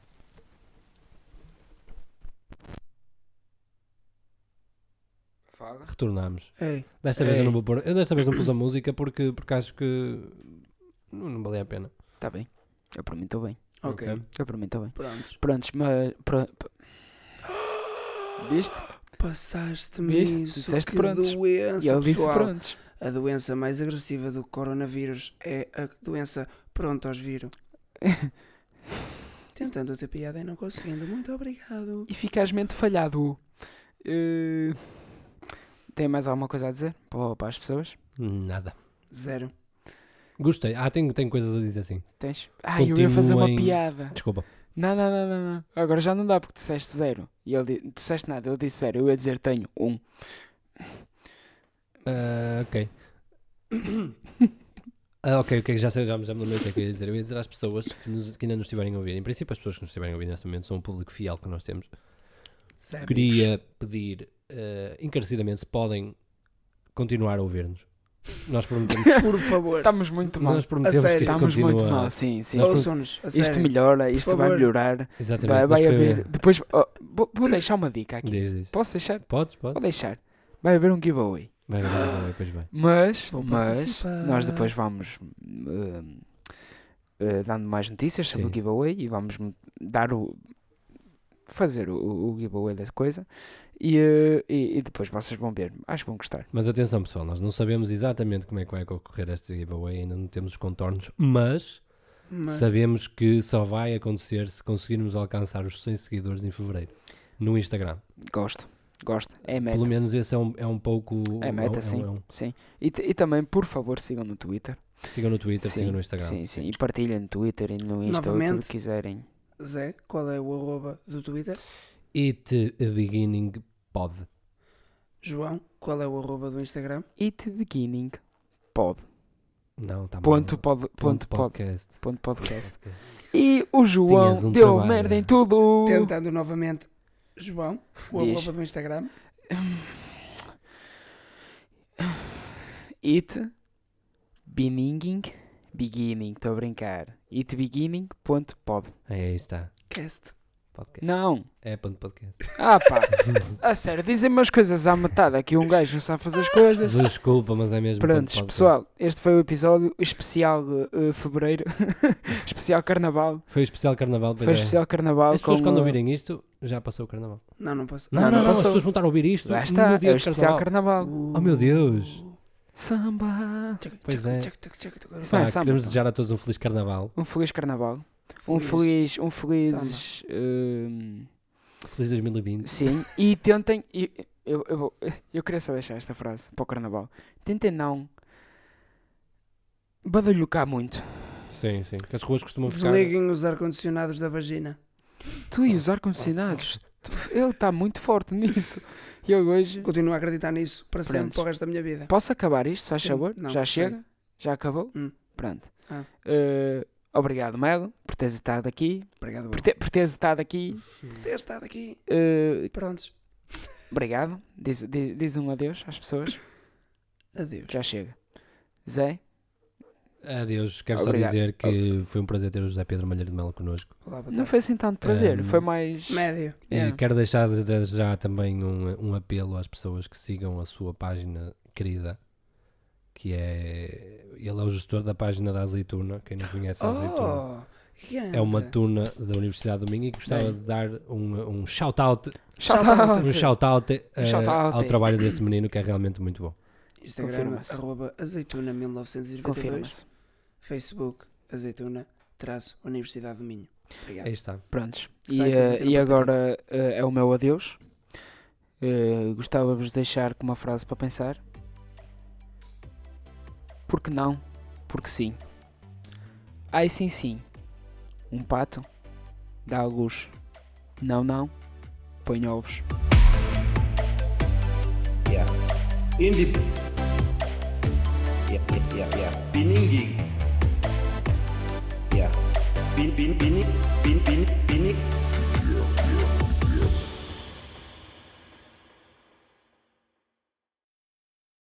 B: Retornámos.
D: Ei,
B: Desta vez eu
A: Ei.
B: não vou pôr. Eu desta vez não pus a música porque, porque acho que. Não, não valia a pena.
A: Está Tá bem. Eu para mim estou bem.
D: ok.
B: Ok.
A: Eu para mim estou bem.
D: Prontos.
A: Prontos, mas. Pro... pro- Viste?
D: Passaste-me
A: Viste?
D: Hum, isso.
A: Disseste
D: que
A: prontos. E
D: doença,
A: ele disse
D: pessoal.
A: prontos.
D: A doença mais agressiva do coronavírus é a doença pronto aos <laughs> vírus. Tentando ter piada e não conseguindo. Muito obrigado.
A: Eficazmente falhado. Eh, Tem mais alguma coisa a dizer para, para as pessoas?
B: Nada.
D: Zero.
B: Gostei. Ah, tenho, tenho coisas a dizer assim.
A: Tens? Ah, eu ia fazer uma
B: Continuem.
A: piada.
B: Desculpa.
A: Não, não, não, não, não. Agora já não dá porque tu disseste zero. E ele di- tu disseste nada, eu disse zero. Eu ia dizer tenho um.
B: Ah, ok. <coughs> Ah, ok, ok, já sei, já, me- já me lembrei do que é que eu ia dizer. Eu ia dizer às pessoas que, nos- que ainda nos estiverem a ouvir, em princípio, as pessoas que nos estiverem a ouvir neste momento são um público fiel que nós temos.
D: Zero.
B: Queria pedir ah, encarecidamente se podem continuar a ouvir-nos. Nós
A: <laughs>
B: prometemos,
D: Por favor,
A: Estamos muito mal.
B: nós prometemos
D: sério?
B: que isto
A: Estamos
B: continua.
A: muito mal, sim, sim.
B: Nós
A: Isto-
D: ouçam-nos. a
A: Isto
D: sério.
A: melhora, isto vai
D: favor.
A: melhorar.
B: Exatamente,
A: Vai, vai
B: nós
A: haver.
B: queremos-
A: Depois. oh, vou, vou deixar uma dica aqui.
B: Diz, diz.
A: Posso deixar?
B: Podes,
A: Vou
B: podes.
A: deixar. Vai haver um giveaway.
B: Vai, vai, vai, vai, depois vai.
A: Mas,
D: Vou
A: mas
D: participar.
A: nós depois vamos hum, eh, dando mais notícias sobre
B: Sim.
A: o giveaway e vamos m- dar o. fazer o, o giveaway da coisa e, eh, e, e depois vocês vão ver. Acho que vão gostar.
B: Mas atenção, pessoal, nós não sabemos exatamente como é que vai ocorrer este giveaway, ainda não temos os contornos, mas,
D: Mas
B: sabemos que só vai acontecer se conseguirmos alcançar os 100 seguidores em fevereiro no Instagram.
A: Gosto, gosto. É meta.
B: Pelo menos esse é um, é um pouco.
A: É meta,
B: um-
A: sim.
B: um-
A: sim. E, t- e também, por favor, sigam no Twitter.
B: Sigam no Twitter,
A: Sim,
B: sigam no Instagram.
A: Sim, sim. E partilhem no Twitter e no Insta, o que
D: Novamente.
A: quiserem.
D: Zé, qual é o arroba do Twitter?
B: It a beginning pod.
D: João, qual é o arroba do Instagram?
A: It beginning pod.
B: Não, tá mal.
A: Ponto, pod,
B: Ponto
A: ponto, pod,
B: podcast.
A: ponto podcast. E o João
B: Tinhas um
A: deu
B: trabalho.
A: merda em tudo.
D: Tentando novamente, João, o
A: Uh. Diz.
D: arroba do Instagram.
A: It beginning beginning, estou a brincar. It beginning ponto pod.
B: É, aí está.
D: Cast.
B: Podcast.
A: Não.
B: É ponto podcast.
A: Ah pá. <laughs> a sério, dizem-me as coisas à metade. Aqui um gajo não sabe fazer as
B: <laughs>
A: coisas.
B: Desculpa, mas é mesmo. ponto
A: Prontos,
B: podcast.
A: pessoal, este foi o episódio especial eh, fevereiro, <laughs> especial carnaval.
B: Foi o especial carnaval. pois
A: Foi
B: é.
A: especial carnaval.
B: As pessoas
A: com,
B: quando
A: eh,
B: ouvirem isto, já passou o carnaval.
D: Não, não posso.
B: Não, não,
A: não,
B: não, as
A: passou.
B: pessoas vão estar a ouvir isto.
A: Lá está,
B: no
A: é
B: dia
A: o
B: de
A: especial
B: carnaval.
A: carnaval.
B: Oh meu Deus!
A: Samba.
D: Tchac,
B: Pois
D: tchac,
B: é.
D: tchac, tchac, tchac, tchac.
A: Isso
B: Pá,
A: não é samba.
B: Ah, queremos desejar a todos um feliz carnaval.
A: Um feliz carnaval. Um
D: Feliz.
A: feliz, um feliz. eh,
B: Feliz 2020.
A: Sim, e tentem. e- Eu, eu, vou- eu queria só deixar esta frase para o carnaval. Tentem não badalhocar muito.
B: Sim, sim. Que as ruas costumam ficar.
D: Desliguem os ar-condicionados da vagina.
A: Tu e os ar-condicionados, tu- ele está muito forte nisso. E eu hoje.
D: Continuo a acreditar nisso para sempre,
A: Pronto.
D: para o resto da minha vida.
A: Posso acabar isto, se faz
D: Sim,
A: favor?
D: não,
A: Já
D: sei.
A: chega? Já acabou?
D: Hum.
A: Pronto.
D: Ah.
A: Eh, obrigado, Melo, por teres estado aqui.
D: Obrigado,
A: Por,
D: Bruno,
A: te- por teres estado aqui.
D: por ter estado aqui.
A: Eh,
D: Prontos.
A: obrigado. Diz, diz, diz um adeus às pessoas.
D: Adeus.
A: Já chega. Zé,
B: Adeus. Quero só
A: Obrigado.
B: dizer que foi um prazer ter o José Pedro Malheiro de Melo connosco.
D: Olá, boa
A: não
D: tarde.
A: foi assim tanto prazer.
B: Ehm,
A: Foi mais. eh,
D: Médio.
B: E
A: Yeah.
B: quero deixar desde já também um, um apelo às pessoas que sigam a sua página querida, que é. Ele é o gestor da página da Azeitona. Quem não conhece a Azeitona.
D: Oh,
B: É uma tuna da Universidade do Minho e gostava
A: Bem.
B: de dar um, um shout-out
A: Shout
D: shout out.
A: out.
B: um shout out,
A: shout-out.
B: ao trabalho deste menino que é realmente muito bom.
D: Instagram,
A: Confirma-se.
D: arroba azeitona1992.
A: Confirma-se.
D: Facebook, azeitona, traço, Universidade do Minho. Obrigado.
B: Aí está.
A: Prontos. E,
D: Site
A: eh,
D: azeitona
A: e
D: ponto pt.
A: agora eh, é o meu adeus. Eh, Gostava-vos de deixar com uma frase para pensar. Porque não? Porque sim. Ai sim sim. Um pato dá alguns. Não não. Põe ovos.
C: Yeah. In the yeah yeah yeah yeah pinning gig. Yeah. Pin pin pinning pin pin pinning. Yeah.